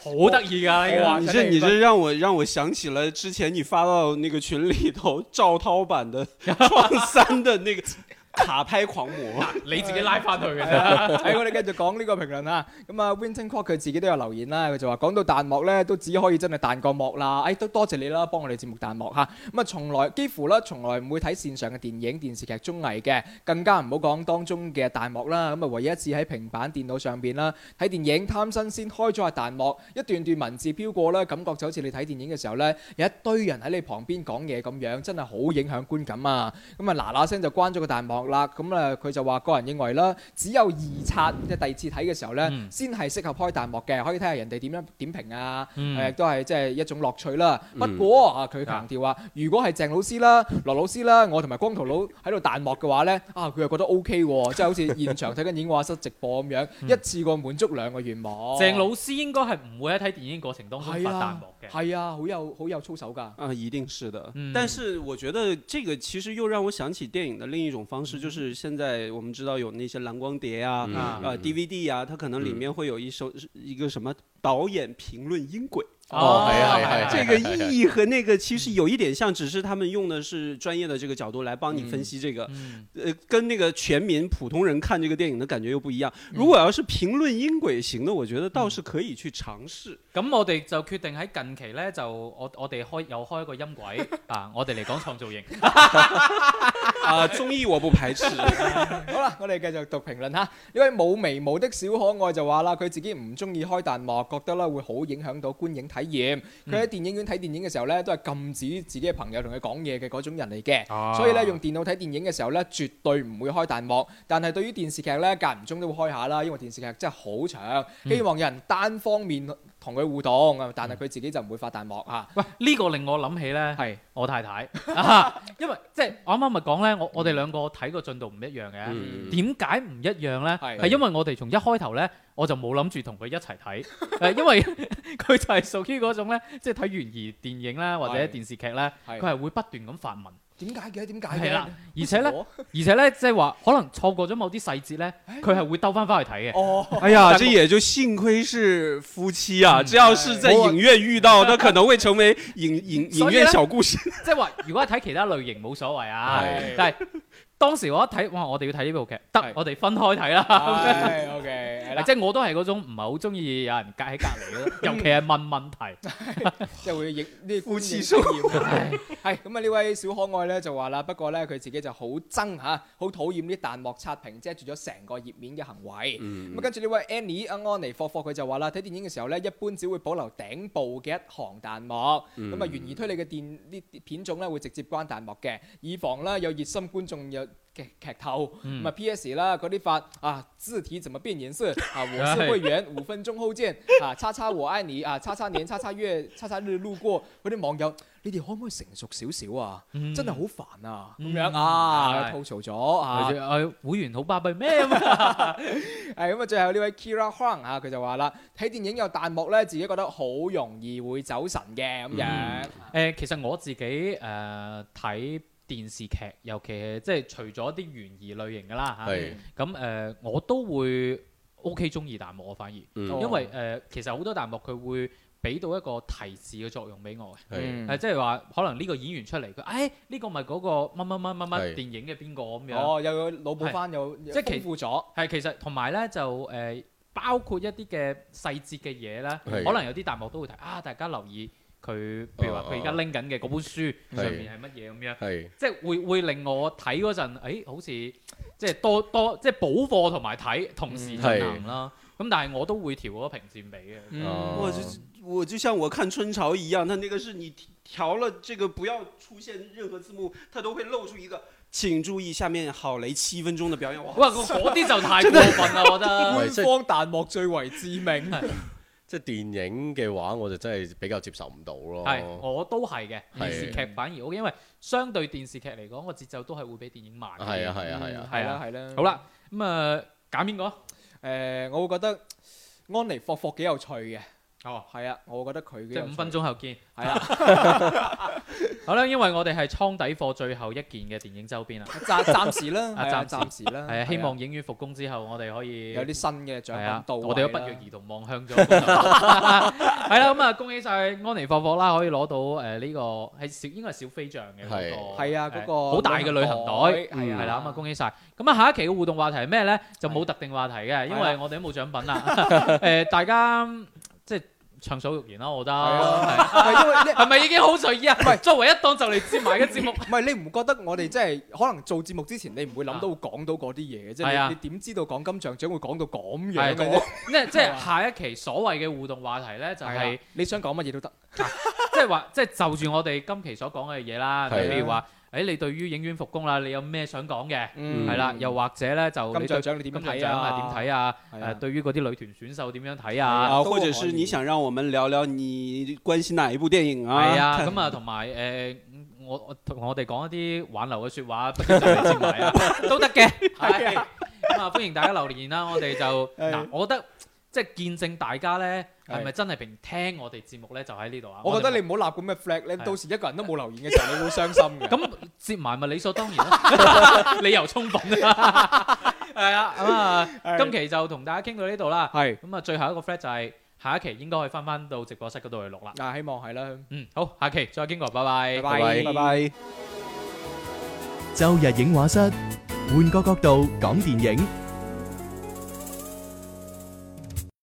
好得意㗎呢個。
哇，你这你这让我让我想起了之前你发到那个群里头赵涛版的 创三的那个卡拍狂魔。
你自己拉翻去嘅
係啊，係我哋繼續講呢個評論啊。咁啊，Vincent Kwok 佢自己都有留言啦，佢就話講到彈幕咧，都只可以真係彈個幕啦。誒，都多謝你啦，幫我哋節目彈幕嚇。咁啊，從來幾乎啦，從來唔會睇線上嘅電影、電視劇、綜藝嘅，更加唔好講當中嘅彈幕啦。咁啊，唯一一次喺平板電腦上邊啦，睇電影貪新鮮，開咗下彈幕，一段段文字飄過啦，感覺就好似你睇電影嘅時候咧，有一堆人喺你旁邊講嘢咁樣，真係好影響觀感啊！咁啊嗱嗱聲就關咗個彈幕啦。咁啊佢就話個人認為啦，只有二刷即係第二次睇嘅時候咧，
嗯
先係適合開彈幕嘅，可以睇下人哋點樣點評啊。
嗯
誒都係即係一種樂趣啦。不過啊，佢強調話，如果係鄭老師啦、羅老師啦，我同埋光頭佬喺度彈幕嘅話咧，啊佢又覺得 O K 喎，即係好似現場睇緊影畫室直播咁樣，一次過滿足兩個願望。
鄭老師應該係唔會喺睇電影過程當中發
係
彈
啊
幕，嘅。
係啊，好有好有操守㗎。
啊、一定是的。
嗯
但是我觉得这个其实又让我想起电影的另一种方
嗯
式，就是现在我们知道有那些蓝光碟啊、
嗯
啊
呃 DVD 啊，它可能里面会有一首、一个什么导演评论音轨。
哦，係啊係啊係啊
这个意义和那个其
嗯
实有一点像，只是他们用的是专业的这个角度来帮你分析这个，
嗯
呃，跟那个全民普通人看这个电影的感觉又不一样。
嗯
如果要是评论音轨型的，我觉得倒是可以去 尝试。
咁我哋就決定喺近期咧，就我我哋開又開一個音軌 啊！我哋嚟講創造型，
啊、综艺我不排斥。
好啦，我哋繼續讀評論吓。呢位冇眉毛的小可愛就話啦，佢自己唔中意開彈幕，覺得咧會好影響到觀影體驗。
嗯
佢喺電影院睇電影嘅時候咧，都係禁止自己嘅朋友同佢講嘢嘅嗰種人嚟嘅。
啊
所以咧，用電腦睇電影嘅時候咧，絕對唔會開彈幕。但係對於電視劇咧，間唔中都會開下啦，因為電視劇真係好長，
嗯
希望有人單方面同佢互動啊。但係佢自己就唔會發彈幕嚇。
喂呢、個令我諗起咧，
係
我太 太啊，因為即係我啱啱咪講咧，我我哋
嗯
兩個睇個進度唔一樣嘅。
嗯
點解唔一樣呢？
係
係因為我哋從一開頭呢，我就冇諗住同佢一齊 睇，誒，因為 佢就係屬於嗰種呢，即係睇懸疑電影啦，或者
係
電視劇呢，
係
佢係會不斷咁發問，
點解嘅？點解
係
嘅
啦？，而且呢，而且呢，即係話可能錯過咗某啲細節呢，佢係會兜翻翻去睇嘅。
哎哦。
哎呀，这也就幸亏是夫妻啊！
嗯
这要是在
我
影院遇到，那可能会成为影 影影
所以
院
呢
小故事。
即係話，如果係睇其他類型冇所謂啊
係，
但係當時我一睇，哇！我哋要睇呢部劇，
係
得我哋分開睇啦。
唉，OK，係 啦
即。係我都係嗰種唔係好中意有人隔喺隔離 嘅，尤其係問問題。
即係會影呢啲
夫妻
觀影經驗係係咁啊！呢位小可愛咧就話啦，不過咧佢自己就好憎嚇，好討厭啲彈幕刷屏遮住咗成個頁面嘅行為。咁啊跟住呢位 Annie 阿安妮霍霍佢就話啦，睇電影嘅時候咧，一般只會保留頂部嘅一行彈幕。咁啊，懸疑推理嘅電呢啲片種咧會直接關彈幕嘅，以防啦有熱心觀眾有劇劇透。
嗯
咁啊 P.S. 啦，嗰啲發啊字體怎麼變顏色啊？我是
係
會員，五分鐘後見啊！叉叉我愛你啊！叉叉年、叉叉月、叉叉日路過嗰啲網友，你哋可唔可以成熟少少啊？
嗯
真係好煩啊！咁
嗯
樣啊，
係
吐槽咗啊！
係哎會員好巴閉咩咁啊
係咁啊！最後呢位 Kira Huang 啊，佢就話啦：睇電影有彈幕咧，自己覺得好容易會走神嘅咁樣。
誒，其實我自己誒睇電視劇，尤其係即係除咗啲懸疑類型㗎啦嚇，
係
咁誒、我都會 OK 中意彈幕，我反而，
嗯
哦
因為誒、呃其實好多彈幕佢會俾到一個提示嘅作用俾我嘅。
係
嗯
誒，嗯即係話可能呢個演員出嚟，佢誒呢個咪嗰個乜乜乜乜乜
係
電影嘅邊個咁樣，
哦，又有腦補翻，又即
即係其
豐富咗。
係其實同埋咧就誒、包括一啲嘅細節嘅嘢咧，
係
可能有啲彈幕都會睇啊，大家留意佢，譬如話佢而家拎緊嘅嗰本書
哦
上面係乜嘢咁樣。
係
即係會會令我睇嗰陣，誒、哎好似即係多多即係補課同埋睇同時進行啦。咁、但係我都會調嗰個評戰比嘅。
嗯
哦
我就我就像我看春潮一样，它那个是你调了这个不要出现任何字幕，它都会露出一个，请注意下面郝雷七分钟的表演。哇，
哇！嗰嗰啲就太過分啦，我覺得。
官
係即係
方彈幕最為致命。
即係電影嘅話，我就真係比較接受唔到咯。
係，我都係嘅。
係
電視劇反而 OK，因為相對電視劇嚟講，個節奏都係會比電影慢嘅。
係啊係啊係
嗯
啊，
係
係
啦
啦
係啦。
好，啦，咁啊揀邊個啊？
誒，我會覺得安妮霍霍幾有趣嘅。
哦，
係啊，我會覺得佢
即係五分
鐘。
鐘後見。
係啊啦，
好啦，因為我哋係倉底貨最後一件嘅電影周邊啦。
暫暫時啦，
啊
係啊
暫時
暫時啦。
係啊，希
係
望影院復工之後，我哋可以
有啲新嘅獎
係啊
品，到位啦
我哋都不約而同望向咗嗰度。係啦，咁啊，恭喜晒安妮霍霍啦，可以攞到誒呢個係小應該係小飛象嘅嗰個，呃
係啊嗰個
誒好大嘅旅行袋。
係啊
係啦，咁啊，恭喜晒！咁啊，下一期嘅互動話題係咩咧？就冇
係
特定話題嘅，因
係
為我哋都冇獎品 啦。誒，大家即係暢所欲言啦，我覺得。
係啊，係因為呢
係咪已經好隨意啊？
係
作為一檔就嚟接埋嘅節 目，
唔係你唔覺得我哋真係可能做節目之前你唔會諗到講到嗰啲嘢嘅，即
啊係
係
啊
你你點知道講金像獎會講到咁樣
係啊
嘅啫？
即即係下一期所謂嘅互動話題咧，就係
啊係。啊你想講乜嘢都得，
即係話，即係就住我哋今期所講嘅嘢啦，
係啊
譬如話，誒你對於影院復工啦，你有咩想講嘅？
嗯
係啦，又或者咧就你
金像
對
獎你點
金像
睇
獎
啊？
啊點睇啊？
係啊
誒對於嗰啲女團選手點樣睇
係
啊？
啊
啊，
都
或者
可以
是你想让我们聊聊你关心哪一部电影啊？
係啊，咁啊同埋誒，我我同我哋講一啲挽留嘅説話，不如就嚟接埋 啊，都得嘅。係咁啊，歡迎大家留言啦，我哋就
係
嗱，我覺得即係見證大家咧
係
係咪真係平聽我哋節目咧，就喺呢度啊。
我覺
哋
得你唔好立咁嘅 flag，你
啊
到時一個人都冇留言嘅時候，你會傷心嘅。
咁接埋咪理所當然啦，理由充分啦，係啊，咁啊，
係
今期就同大家傾到呢度啦。
係
咁啊，最後一個 flat 就係下一期應該可以翻翻到直播室嗰度去錄啦。
嗱，希望係啦。
嗯，好，下期再經過，拜拜，
拜拜
拜拜。
周日影画室，換個角度講電影。